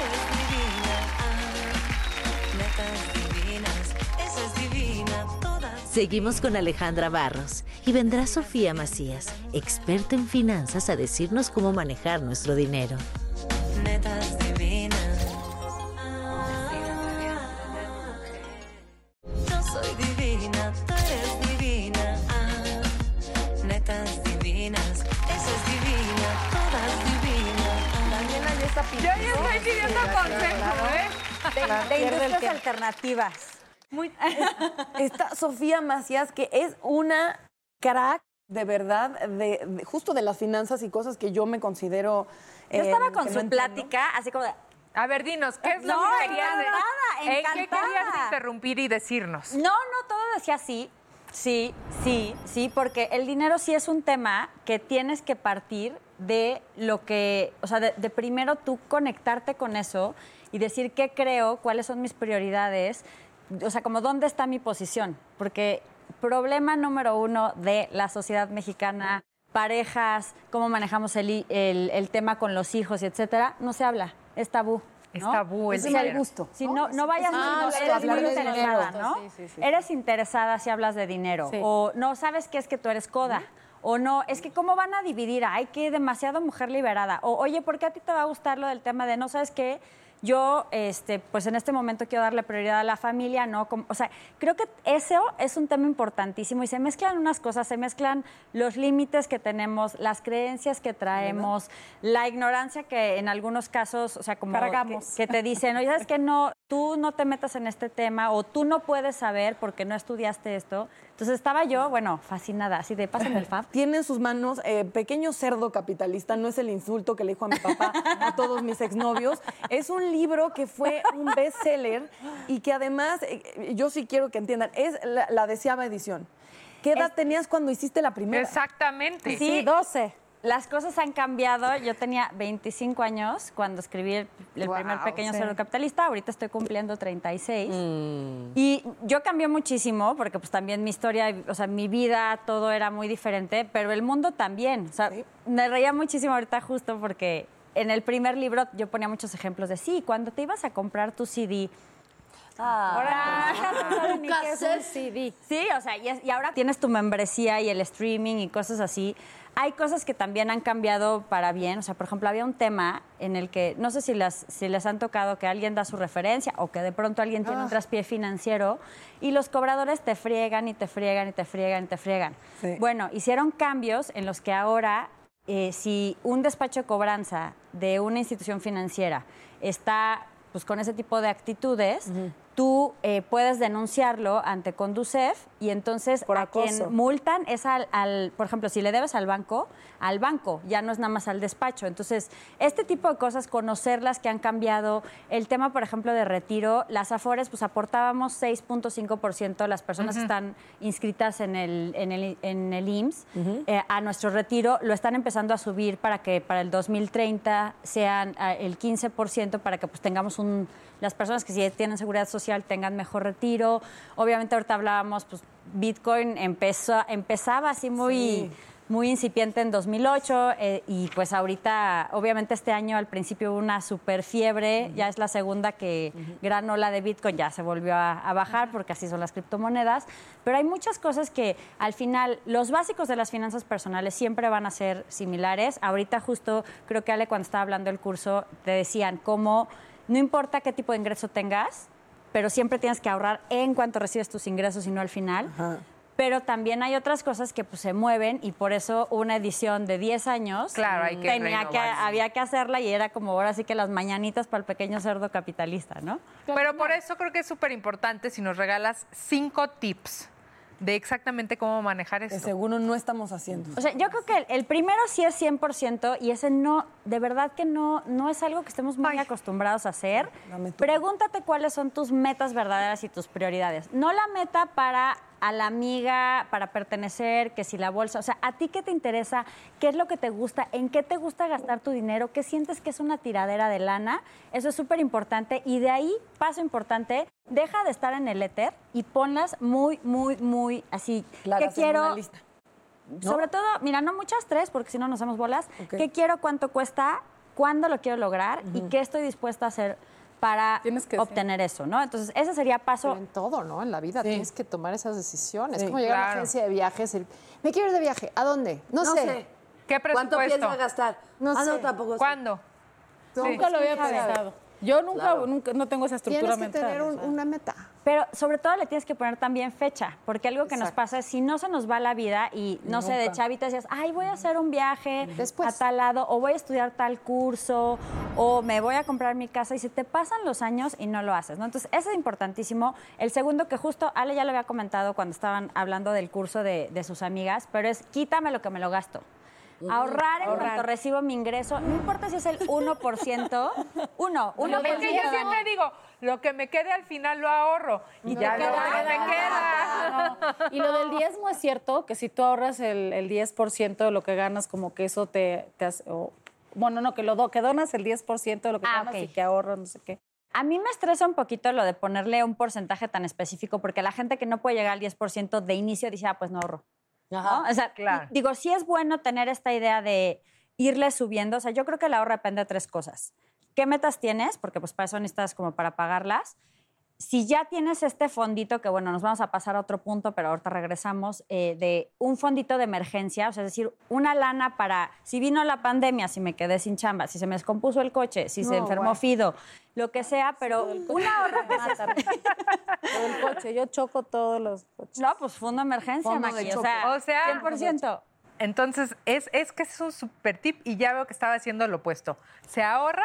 [SPEAKER 2] Esa es divina, todas.
[SPEAKER 3] Seguimos con Alejandra Barros y vendrá Sofía Macías, experta en finanzas, a decirnos cómo manejar nuestro dinero.
[SPEAKER 2] Netas divinas. Ah, Yo soy divina, tú eres divina. Ah, netas divinas. Esa es divina, todas divinas. Daniela ya está
[SPEAKER 5] Yo ya estoy pidiendo consejo, ¿eh?
[SPEAKER 11] de industrias alternativas.
[SPEAKER 4] Está Sofía Macías, que es una crack de verdad, de, de- justo de las finanzas y cosas que yo me considero.
[SPEAKER 11] Yo
[SPEAKER 4] eh,
[SPEAKER 11] estaba
[SPEAKER 4] que
[SPEAKER 11] con
[SPEAKER 4] no
[SPEAKER 11] su
[SPEAKER 4] entiendo.
[SPEAKER 11] plática, así como de,
[SPEAKER 5] A ver, dinos, ¿qué es lo
[SPEAKER 11] No,
[SPEAKER 5] que querías de-
[SPEAKER 11] encantada,
[SPEAKER 5] ¿En qué querías
[SPEAKER 11] encantada.
[SPEAKER 5] interrumpir y decirnos?
[SPEAKER 11] no, no, todo decía sí, sí, sí, sí, porque el dinero sí es un tema que tienes que partir de lo que, o sea, de, de primero tú conectarte con eso y decir qué creo, cuáles son mis prioridades, o sea, como dónde está mi posición, porque problema número uno de la sociedad mexicana, parejas, cómo manejamos el, i- el- el tema con los hijos, y etcétera, no se habla, es tabú.
[SPEAKER 5] Es
[SPEAKER 11] ¿no?
[SPEAKER 5] tabú, es
[SPEAKER 11] Ese el
[SPEAKER 5] dinero.
[SPEAKER 11] gusto. Si no, no vayas
[SPEAKER 5] es un
[SPEAKER 11] a
[SPEAKER 5] gusto
[SPEAKER 11] eres
[SPEAKER 5] Pues, ah, hablar
[SPEAKER 11] muy
[SPEAKER 5] de dinero.
[SPEAKER 11] interesada, ¿no?
[SPEAKER 5] Sí, sí, sí.
[SPEAKER 11] Eres interesada si hablas de dinero.
[SPEAKER 5] Sí.
[SPEAKER 11] O no sabes que es que tú eres coda. O no, es que cómo van a dividir, ay, que demasiado mujer liberada. O oye, ¿por qué a ti te va a gustar lo del tema de no sabes qué? Yo, este, pues en este momento quiero darle prioridad a la familia, ¿no? Como- o sea, creo que eso es un tema importantísimo y se mezclan unas cosas, se mezclan los límites que tenemos, las creencias que traemos, la ignorancia que en algunos casos, o sea, como
[SPEAKER 7] Cargamos.
[SPEAKER 11] Que, que te dicen, oye, sabes que no, tú no te metas en este tema o tú no puedes saber porque no estudiaste esto. Entonces estaba yo, bueno, fascinada, así de pásame el fab.
[SPEAKER 4] Tiene en sus manos eh, pequeño cerdo capitalista, no es el insulto que le dijo a mi papá a todos mis exnovios. Es un libro que fue un bestseller y que además, eh, yo sí quiero que entiendan, es la, la deseaba edición. ¿Qué edad tenías cuando hiciste la primera?
[SPEAKER 5] Exactamente.
[SPEAKER 11] Sí, 12. Las cosas han cambiado. Yo tenía 25 años cuando escribí el, el
[SPEAKER 5] Guau,
[SPEAKER 11] primer pequeño
[SPEAKER 5] sí.
[SPEAKER 11] cerdo capitalista. Ahorita estoy cumpliendo 36. Y yo cambié muchísimo porque pues también mi historia, o sea, mi vida, todo era muy diferente, pero el mundo también. O sea, me reía muchísimo ahorita justo porque en el primer libro yo ponía muchos ejemplos de sí, cuando te ibas a comprar tu CD.
[SPEAKER 7] Ah.
[SPEAKER 11] Ahora <laughs> nunca
[SPEAKER 6] Ah.
[SPEAKER 11] saben ni qué es un CD. Sí, o sea, y, es- y ahora tienes tu membresía y el streaming y cosas así. Hay cosas que también han cambiado para bien. O sea, por ejemplo, había un tema en el que, no sé si, las, si les han tocado que alguien da su referencia o que de pronto alguien tiene un
[SPEAKER 12] Ah.
[SPEAKER 11] traspié financiero y los cobradores te friegan y te friegan y te friegan y te friegan.
[SPEAKER 12] Sí.
[SPEAKER 11] Bueno, hicieron cambios en los que ahora, eh, si un despacho de cobranza de una institución financiera está pues, con ese tipo de actitudes, tú eh, puedes denunciarlo ante Conducef y entonces a
[SPEAKER 7] acoso.
[SPEAKER 11] quien multan es al, al- por ejemplo, si le debes al banco, al banco, ya no es nada más al despacho. Entonces, este tipo de cosas, conocerlas que han cambiado, el tema, por ejemplo, de retiro, las afores, pues aportábamos 6.5% las personas que
[SPEAKER 12] Ujú.
[SPEAKER 11] están inscritas en el, en el, en el IMSS eh, a nuestro retiro, lo están empezando a subir para que para el 2030 sean ah, el 15%, para que pues tengamos un, las personas que sí tienen seguridad social tengan mejor retiro. Obviamente ahorita hablábamos, pues Bitcoin empezó, empezaba así muy...
[SPEAKER 12] Sí.
[SPEAKER 11] Muy incipiente en 2008 eh, y pues ahorita, obviamente este año al principio hubo una super fiebre, ya es la segunda que gran ola de Bitcoin ya se volvió a, a bajar porque así son las criptomonedas, pero hay muchas cosas que al final los básicos de las finanzas personales siempre van a ser similares. Ahorita justo creo que Ale cuando estaba hablando del curso te decían cómo no importa qué tipo de ingreso tengas, pero siempre tienes que ahorrar en cuanto recibes tus ingresos y no al final. Pero también hay otras cosas que pues, se mueven y por eso una edición de 10 años
[SPEAKER 5] hay que
[SPEAKER 11] tenía que,
[SPEAKER 5] renovarse.
[SPEAKER 11] había que hacerla y era como ahora sí que las mañanitas para el pequeño cerdo capitalista, ¿no?
[SPEAKER 12] Pero por
[SPEAKER 5] eso creo que es súper importante si nos regalas cinco tips de exactamente cómo manejar esto.
[SPEAKER 4] seguro no estamos haciendo.
[SPEAKER 11] O sea, yo creo que el, el primero sí es 100% y ese no, de verdad que no, no es algo que estemos muy acostumbrados a hacer. Pregúntate cuáles son tus metas verdaderas y tus prioridades. No la meta para a la amiga, para pertenecer, que si la bolsa, o sea, a ti qué te interesa, qué es lo que te gusta, en qué te gusta gastar tu dinero, qué sientes que es una tiradera de lana, eso es súper importante y de ahí, paso importante, deja de estar en el éter y ponlas muy, muy, muy así. ¿Qué
[SPEAKER 4] Claras en
[SPEAKER 11] quiero?
[SPEAKER 4] una lista. ¿no?
[SPEAKER 11] Sobre todo, mira, no muchas, tres, porque si no nos hacemos bolas. ¿Qué quiero? ¿Cuánto cuesta? ¿Cuándo lo quiero lograr? ¿Y qué estoy dispuesta a hacer para obtener eso? ¿no? Entonces, ese sería paso.
[SPEAKER 10] en todo, ¿no? En la vida tienes que tomar esas decisiones.
[SPEAKER 11] Sí,
[SPEAKER 10] como llegar a
[SPEAKER 11] claro.
[SPEAKER 10] una agencia de viajes. y, Me quiero ir de viaje. ¿A dónde? No,
[SPEAKER 6] No
[SPEAKER 10] sé.
[SPEAKER 6] sé. ¿Qué ¿Cuánto presupuesto? pienso gastar?
[SPEAKER 10] No
[SPEAKER 6] Ah,
[SPEAKER 10] sé.
[SPEAKER 6] no, tampoco sé.
[SPEAKER 5] ¿Cuándo?
[SPEAKER 7] Nunca lo había pensado. Yo nunca, nunca no tengo esa estructura
[SPEAKER 11] Tienes que
[SPEAKER 7] mental.
[SPEAKER 11] tener un-
[SPEAKER 7] o sea.
[SPEAKER 10] una meta.
[SPEAKER 11] Pero sobre todo le tienes que poner también fecha, porque algo que nos pasa es si no se nos va la vida y no sé, de
[SPEAKER 12] Nunca.
[SPEAKER 11] chavita decías, ay, voy a hacer un viaje a tal lado, o voy a estudiar tal curso, o me voy a comprar mi casa, y se te pasan los años y no lo haces, ¿no? Entonces, ese es importantísimo. El segundo, que justo Ale ya lo había comentado cuando estaban hablando del curso de, de sus amigas, pero es quítame lo que me lo gasto. Ahorrar en
[SPEAKER 12] Ahorrar.
[SPEAKER 11] cuanto recibo mi ingreso, no importa si es el 1%, uno, uno
[SPEAKER 12] es que yo siempre digo, lo que me quede al final lo ahorro. Y
[SPEAKER 7] No,
[SPEAKER 12] ya
[SPEAKER 7] te
[SPEAKER 12] lo
[SPEAKER 7] queda,
[SPEAKER 12] que
[SPEAKER 7] queda,
[SPEAKER 12] me queda.
[SPEAKER 7] No. Y lo del diezmo es cierto, que si tú ahorras el, el 10% de lo que ganas, como que eso te, te hace... o- bueno, no, que lo do- que donas el 10% de lo que ganas y que ahorras, no sé qué.
[SPEAKER 11] Ah, A mí me estresa un poquito lo de ponerle un porcentaje tan específico, porque la gente que no puede llegar al 10% de inicio dice, ah, pues no ahorro.
[SPEAKER 1] Ajá,
[SPEAKER 11] ¿no? O sea,
[SPEAKER 1] claro.
[SPEAKER 11] y- digo, sí es bueno tener esta idea de irle subiendo. O sea, yo creo que el ahorro depende de tres cosas. ¿Qué metas tienes? Porque pues para eso necesitas como para pagarlas. Si ya tienes este fondito, que bueno, nos vamos a pasar a otro punto, pero ahorita regresamos, eh, de un fondito de emergencia, o sea, es decir, una lana para, si vino la pandemia, si me quedé sin chamba, si se me descompuso el coche, si
[SPEAKER 7] No,
[SPEAKER 11] se enfermó
[SPEAKER 7] guau.
[SPEAKER 11] Fido, lo que sea, pero una hora que se
[SPEAKER 7] Todo el coche, yo choco todos los coches.
[SPEAKER 11] No, pues fue una emergencia,
[SPEAKER 7] Fondo de
[SPEAKER 11] Maki, o
[SPEAKER 7] choque.
[SPEAKER 11] sea,
[SPEAKER 7] O sea,
[SPEAKER 11] 100%.
[SPEAKER 5] Entonces, es, es que es un super tip y ya veo que estaba haciendo lo opuesto. Se ahorra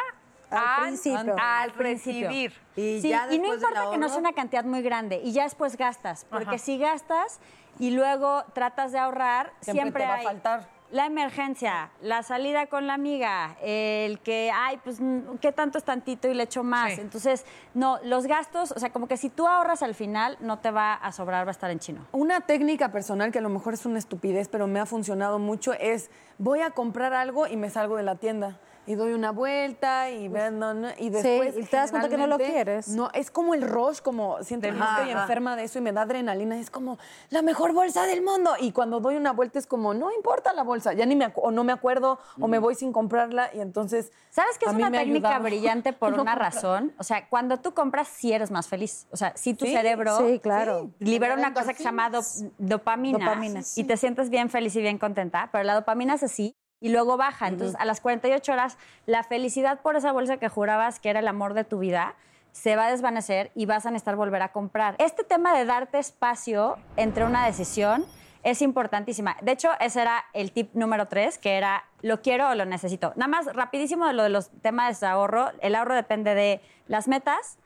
[SPEAKER 5] al, al recibir.
[SPEAKER 11] Sí, y no importa que no sea una cantidad muy grande y ya después gastas, porque
[SPEAKER 5] Ajá.
[SPEAKER 11] si gastas y luego tratas de ahorrar,
[SPEAKER 1] Siempre
[SPEAKER 11] siempre,
[SPEAKER 1] te va a
[SPEAKER 11] hay
[SPEAKER 1] faltar.
[SPEAKER 11] La emergencia, la salida con la amiga, el que, ay, pues, mm, ¿qué tanto es tantito y le echo más?
[SPEAKER 1] Sí.
[SPEAKER 11] Entonces, no, los gastos, o sea, como que si tú ahorras al final, no te va a sobrar, va a estar en chino.
[SPEAKER 4] Una técnica personal que a lo mejor es una estupidez, pero me ha funcionado mucho, es voy a comprar algo y me salgo de la tienda. Y doy una vuelta y, ve- no, no, y después.
[SPEAKER 7] y te das cuenta que no lo
[SPEAKER 4] generalmente,
[SPEAKER 7] quieres.
[SPEAKER 4] No, es como el rush, como siento que
[SPEAKER 7] Ajá.
[SPEAKER 4] estoy enferma de eso y me da adrenalina. Es como la mejor bolsa del mundo. Y cuando doy una vuelta es como, no importa la bolsa, ya ni me acu- o no me acuerdo o me voy sin comprarla. Y entonces.
[SPEAKER 11] ¿Sabes que
[SPEAKER 4] a
[SPEAKER 11] es
[SPEAKER 4] mí
[SPEAKER 11] una
[SPEAKER 4] me ha
[SPEAKER 11] técnica
[SPEAKER 4] ayudado.
[SPEAKER 11] brillante por
[SPEAKER 4] <laughs> No
[SPEAKER 11] una
[SPEAKER 4] comprar.
[SPEAKER 11] razón? O sea, cuando tú compras, sí eres más feliz. O sea, sí tu
[SPEAKER 7] Sí,
[SPEAKER 11] cerebro
[SPEAKER 7] sí, claro.
[SPEAKER 11] libera
[SPEAKER 7] Genera
[SPEAKER 11] una cosa que se llama dop- dopamina,
[SPEAKER 7] Dopamina,
[SPEAKER 11] y
[SPEAKER 7] sí, sí.
[SPEAKER 11] te sientes bien feliz y bien contenta, pero la dopamina es así y luego baja. Entonces, a las 48 horas, la felicidad por esa bolsa que jurabas que era el amor de tu vida se va a desvanecer y vas a necesitar volver a comprar. Este tema de darte espacio entre una decisión es importantísima. De hecho, ese era el tip número tres, que era lo quiero o lo necesito. Nada más rapidísimo de lo de los temas de ahorro. El ahorro depende de las metas,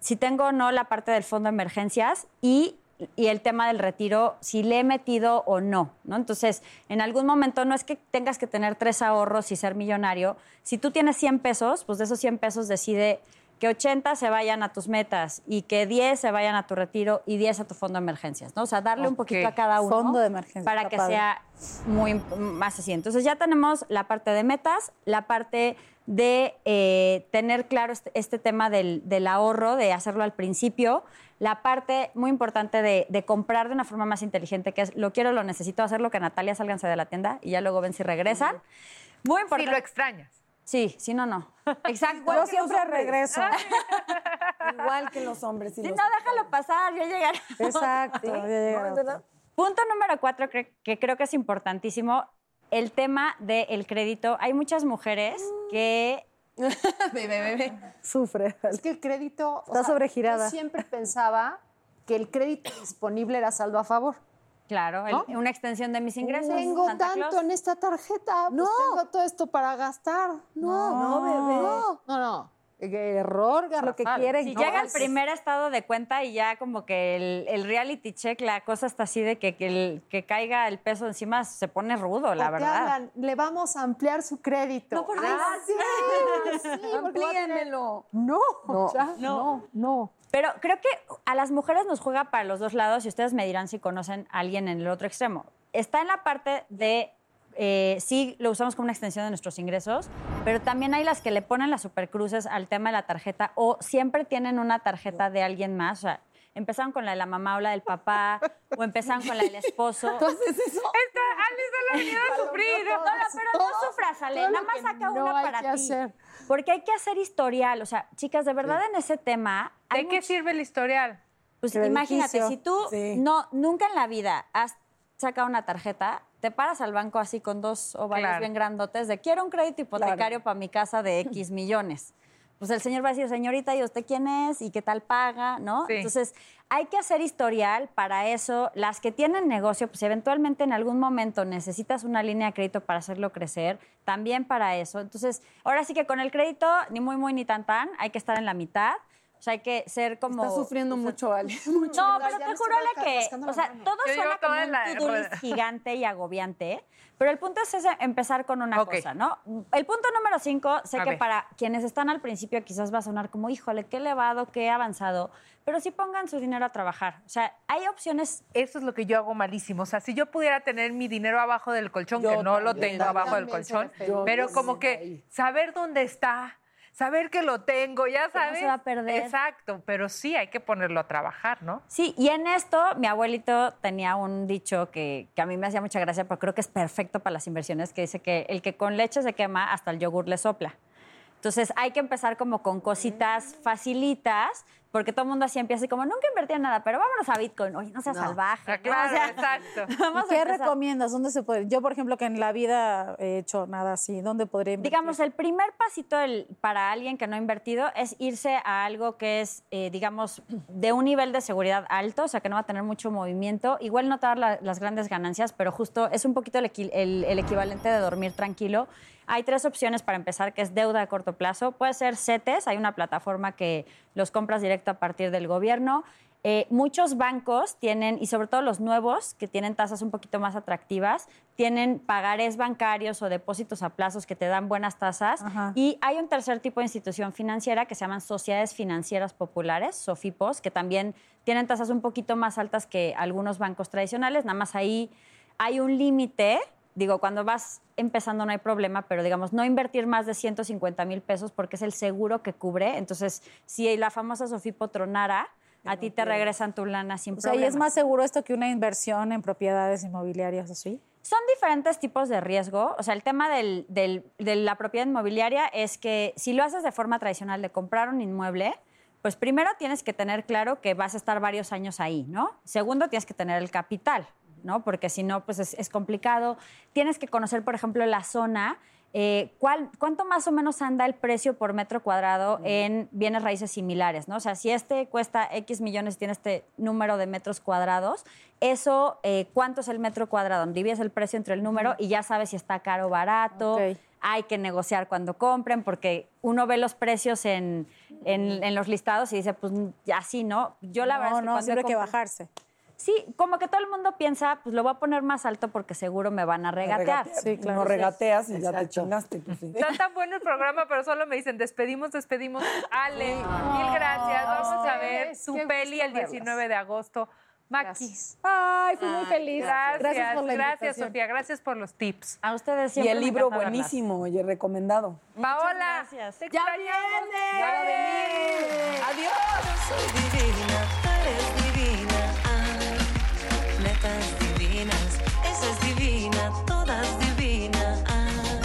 [SPEAKER 11] si tengo o no la parte del fondo de emergencias y, y el tema del retiro, si le he metido o no, ¿no? Entonces, en algún momento no es que tengas que tener tres ahorros y ser millonario. Si tú tienes 100 pesos, pues de esos 100 pesos decide que 80 se vayan a tus metas y que 10 se vayan a tu retiro y 10 a tu fondo de emergencias, ¿no? O sea, darle un poquito
[SPEAKER 7] Ok.
[SPEAKER 11] a cada uno
[SPEAKER 7] Fondo de emergencias,
[SPEAKER 11] para
[SPEAKER 7] está
[SPEAKER 11] que
[SPEAKER 7] padre.
[SPEAKER 11] sea muy más así. Entonces ya tenemos la parte de metas, la parte de eh, tener claro este, este tema del, del ahorro, de hacerlo al principio, la parte muy importante de, de comprar de una forma más inteligente, que es lo quiero, lo necesito, hacerlo que Natalia sálganse de la tienda y ya luego ven si regresan. Muy importante.
[SPEAKER 5] Si lo extrañas.
[SPEAKER 11] Sí, sí, no, <laughs> no. Exacto.
[SPEAKER 4] Igual que los hombres. Igual que los hombres. y
[SPEAKER 11] Ah, Sí,
[SPEAKER 4] los-
[SPEAKER 11] no, déjalo pasar, ya llegará.
[SPEAKER 4] Exacto, ya llegará.
[SPEAKER 11] ¿No? ¿Verdad? Punto número cuatro, cre- que creo que es importantísimo, el tema del crédito. Hay muchas mujeres que...
[SPEAKER 7] Sufre.
[SPEAKER 10] Es que el crédito. o
[SPEAKER 7] Está sobregirada.
[SPEAKER 10] Yo siempre pensaba que el crédito disponible era saldo a favor.
[SPEAKER 11] Claro, el- una extensión de mis ingresos.
[SPEAKER 10] Tengo
[SPEAKER 11] Santa
[SPEAKER 10] tanto
[SPEAKER 11] Claus.
[SPEAKER 10] en esta tarjeta. No. tengo todo esto para gastar. No.
[SPEAKER 4] No, bebé.
[SPEAKER 10] No, no. no. Error,
[SPEAKER 7] Lo que
[SPEAKER 10] garrafal.
[SPEAKER 7] quieren.
[SPEAKER 11] Si
[SPEAKER 7] ¿no?
[SPEAKER 11] llega el
[SPEAKER 7] Es-
[SPEAKER 11] primer estado de cuenta y ya como que el, el reality check, la cosa está así de que, que, el- que caiga el peso encima, se pone rudo, la
[SPEAKER 10] ¿O qué
[SPEAKER 11] verdad.
[SPEAKER 10] hablan? Le vamos a ampliar su crédito.
[SPEAKER 4] No, por
[SPEAKER 10] Ah,
[SPEAKER 11] <laughs>
[SPEAKER 4] Dios.
[SPEAKER 10] sí, sí, porque va a tener-
[SPEAKER 4] Amplíenmelo.
[SPEAKER 10] No, ya,
[SPEAKER 4] No.
[SPEAKER 10] no, no.
[SPEAKER 11] Pero creo que a las mujeres nos juega para los dos lados y ustedes me dirán si conocen a alguien en el otro extremo. Está en la parte de eh, sí lo usamos como una extensión de nuestros ingresos, pero también hay las que le ponen las supercruces al tema de la tarjeta o siempre tienen una tarjeta de alguien más. O sea, empezaron con la de la mamá o la del papá o empezaron con la del
[SPEAKER 10] <laughs>
[SPEAKER 11] esposo.
[SPEAKER 4] ¿Tú haces eso?
[SPEAKER 5] Esta Ale <laughs> solo ha venido a sufrir.
[SPEAKER 11] No, no, pero no sufras, Ale.
[SPEAKER 10] todo lo
[SPEAKER 11] Nada más
[SPEAKER 10] que
[SPEAKER 11] saca
[SPEAKER 10] no
[SPEAKER 11] una
[SPEAKER 10] hay
[SPEAKER 11] para
[SPEAKER 10] que
[SPEAKER 11] ti.
[SPEAKER 10] hacer.
[SPEAKER 11] Porque hay que hacer historial. O sea, chicas, de verdad en ese tema. hay
[SPEAKER 5] ¿De qué
[SPEAKER 11] mucho-
[SPEAKER 5] sirve el historial?
[SPEAKER 11] pues
[SPEAKER 7] Crediticio.
[SPEAKER 11] imagínate, si tú
[SPEAKER 4] Sí.
[SPEAKER 11] no, nunca en la vida has sacado una tarjeta, te paras al banco así con dos ovales
[SPEAKER 5] Claro.
[SPEAKER 11] bien grandotes de quiero un crédito hipotecario para mi casa de X millones. Pues el señor va a decir, señorita, ¿y usted quién es? ¿Y qué tal paga? ¿No?
[SPEAKER 5] Sí.
[SPEAKER 11] Entonces, hay que hacer historial para eso. Las que tienen negocio, pues eventualmente en algún momento necesitas una línea de crédito para hacerlo crecer, también para eso. Entonces, ahora sí que con el crédito, ni muy, muy, ni tan, tan, hay que estar en la mitad. O sea, hay que ser como...
[SPEAKER 4] Está sufriendo
[SPEAKER 11] o sea,
[SPEAKER 4] mucho, Ale. Mucho.
[SPEAKER 11] no,
[SPEAKER 10] Ya
[SPEAKER 11] pero
[SPEAKER 10] me
[SPEAKER 11] te
[SPEAKER 10] estoy
[SPEAKER 11] juro Ale,
[SPEAKER 10] rasca-
[SPEAKER 11] que,
[SPEAKER 10] rascando la
[SPEAKER 11] o sea,
[SPEAKER 10] mano.
[SPEAKER 11] todo
[SPEAKER 5] Yo llevo
[SPEAKER 11] suena
[SPEAKER 5] toda
[SPEAKER 11] como
[SPEAKER 5] la-
[SPEAKER 11] un to-do list
[SPEAKER 5] <laughs>
[SPEAKER 11] gigante y agobiante, pero el punto es ese, empezar con una
[SPEAKER 5] Ok.
[SPEAKER 11] cosa, ¿no? El punto número cinco, sé
[SPEAKER 5] A
[SPEAKER 11] que
[SPEAKER 5] ver.
[SPEAKER 11] para quienes están al principio quizás va a sonar como, híjole, qué elevado, qué avanzado, pero sí pongan su dinero a trabajar. O sea, hay opciones
[SPEAKER 5] Eso es lo que yo hago malísimo. O sea, si yo pudiera tener mi dinero abajo del colchón,
[SPEAKER 4] Yo
[SPEAKER 5] que no lo
[SPEAKER 4] también,
[SPEAKER 5] tengo abajo del
[SPEAKER 10] también soy
[SPEAKER 5] colchón,
[SPEAKER 10] feliz.
[SPEAKER 5] pero
[SPEAKER 10] Yo
[SPEAKER 5] como que
[SPEAKER 10] ahí.
[SPEAKER 5] saber dónde está,
[SPEAKER 12] saber que lo tengo, ya
[SPEAKER 11] Que no se
[SPEAKER 12] sabes.
[SPEAKER 11] va a perder.
[SPEAKER 12] Exacto, pero sí hay que ponerlo a trabajar, ¿no?
[SPEAKER 11] Sí, y en esto mi abuelito tenía un dicho que, que a mí me hacía mucha gracia, pero creo que es perfecto para las inversiones, que dice que el que con leche se quema, hasta el yogur le sopla. Entonces hay que empezar como con cositas facilitas, porque todo el mundo así empieza y como, nunca invertí en nada, pero vámonos a Bitcoin, oye, no seas salvaje. ¿no? O sea, <laughs> vamos a
[SPEAKER 7] ¿Y ¿Qué
[SPEAKER 11] empezar.
[SPEAKER 7] recomiendas? ¿Dónde se puede? Yo, por ejemplo, que en la vida he hecho nada así, ¿dónde podría invertir?
[SPEAKER 11] Digamos, el primer pasito del- para alguien que no ha invertido es irse a algo que es, eh, digamos, de un nivel de seguridad alto, o sea, que no va a tener mucho movimiento. Igual no te va a dar la- las grandes ganancias, pero justo es un poquito el, equi- el- el equivalente de dormir tranquilo. Hay tres opciones para empezar, que es deuda a corto plazo. Puede ser CETES, hay una plataforma que los compras directo a partir del gobierno. Eh, muchos bancos tienen, y sobre todo los nuevos, que tienen tasas un poquito más atractivas, tienen pagarés bancarios o depósitos a plazos que te dan buenas tasas.
[SPEAKER 13] Ajá.
[SPEAKER 11] Y hay un tercer tipo de institución financiera que se llaman sociedades financieras populares, SOFIPOS, que también tienen tasas un poquito más altas que algunos bancos tradicionales. Nada más ahí hay un límite. Digo, cuando vas empezando no hay problema, pero digamos, no invertir más de 150 mil pesos porque es el seguro que cubre. Entonces, si la famosa Sofipo tronara, a ti te
[SPEAKER 7] pierdes.
[SPEAKER 11] regresan tu lana sin
[SPEAKER 7] O sea, ¿y
[SPEAKER 11] problema.
[SPEAKER 7] es más seguro esto que una inversión en propiedades inmobiliarias así?
[SPEAKER 11] Son diferentes tipos de riesgo. O sea, el tema del- del- de la propiedad inmobiliaria es que si lo haces de forma tradicional de comprar un inmueble, pues primero tienes que tener claro que vas a estar varios años ahí, ¿no? Segundo, tienes que tener el capital, ¿no? Porque si no, pues es, es complicado. Tienes que conocer, por ejemplo, la zona. eh, ¿cuál- ¿Cuánto más o menos anda el precio por metro cuadrado en bienes raíces similares? ¿no? O sea, si este cuesta X millones y tiene este número de metros cuadrados, eso, eh, ¿cuánto es el metro cuadrado? Divides el precio entre el número y ya sabes si está caro o barato.
[SPEAKER 7] Ok.
[SPEAKER 11] Hay que negociar cuando compren, porque uno ve los precios en, en- en los listados y dice, pues así, ¿no? Yo la
[SPEAKER 7] No,
[SPEAKER 11] verdad es que
[SPEAKER 7] no,
[SPEAKER 11] cuando
[SPEAKER 7] siempre hay que
[SPEAKER 11] bajarse. Sí, como que todo el mundo piensa, pues lo voy a poner más alto porque seguro me van a regatear.
[SPEAKER 14] No regateas y ya te chingaste. pues sí.
[SPEAKER 12] Está tan bueno el programa, pero solo me dicen despedimos, despedimos. Ale, mil gracias. Vamos a ver
[SPEAKER 7] ustedes,
[SPEAKER 12] tu
[SPEAKER 7] qué
[SPEAKER 12] peli
[SPEAKER 7] gusto
[SPEAKER 12] el 19 de agosto. Maki.
[SPEAKER 7] Ay, fui muy feliz.
[SPEAKER 12] Gracias,
[SPEAKER 7] Gracias por la
[SPEAKER 12] gracias
[SPEAKER 7] invitación.
[SPEAKER 12] Sofía, gracias por los tips.
[SPEAKER 11] A ustedes
[SPEAKER 14] Y el libro buenísimo, oye, recomendado.
[SPEAKER 12] Paola, te extrañamos. Ya va a venir.
[SPEAKER 2] Soy divina, tú eres divina. Ah, netas divinas, esa es divina, todas divinas. Ah,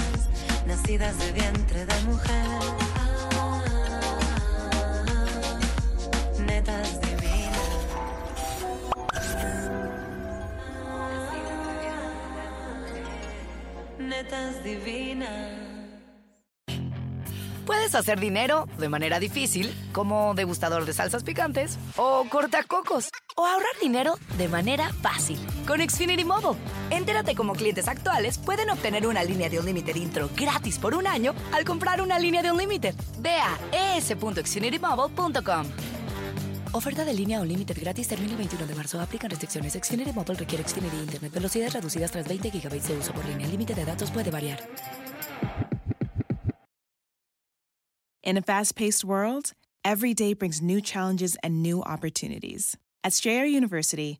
[SPEAKER 2] nacidas de vientre de mujer. Ah, netas divinas. Ah, netas divinas.
[SPEAKER 1] Puedes hacer dinero de manera difícil como degustador de salsas picantes o cortacocos o ahorrar dinero de manera fácil con Xfinity Mobile. Entérate cómo clientes actuales pueden obtener una línea de un límite intro gratis por un año al comprar una línea de un límite. Ve a es.xfinitymobile.com. Oferta de línea o límite gratis termina el 21 de marzo. Aplican restricciones. Xfinity Mobile requiere Xfinity Internet. Velocidades reducidas tras 20 GB de uso por línea. El límite de datos puede variar.
[SPEAKER 8] In a fast paced world, every day brings new challenges and new opportunities. At Strayer University,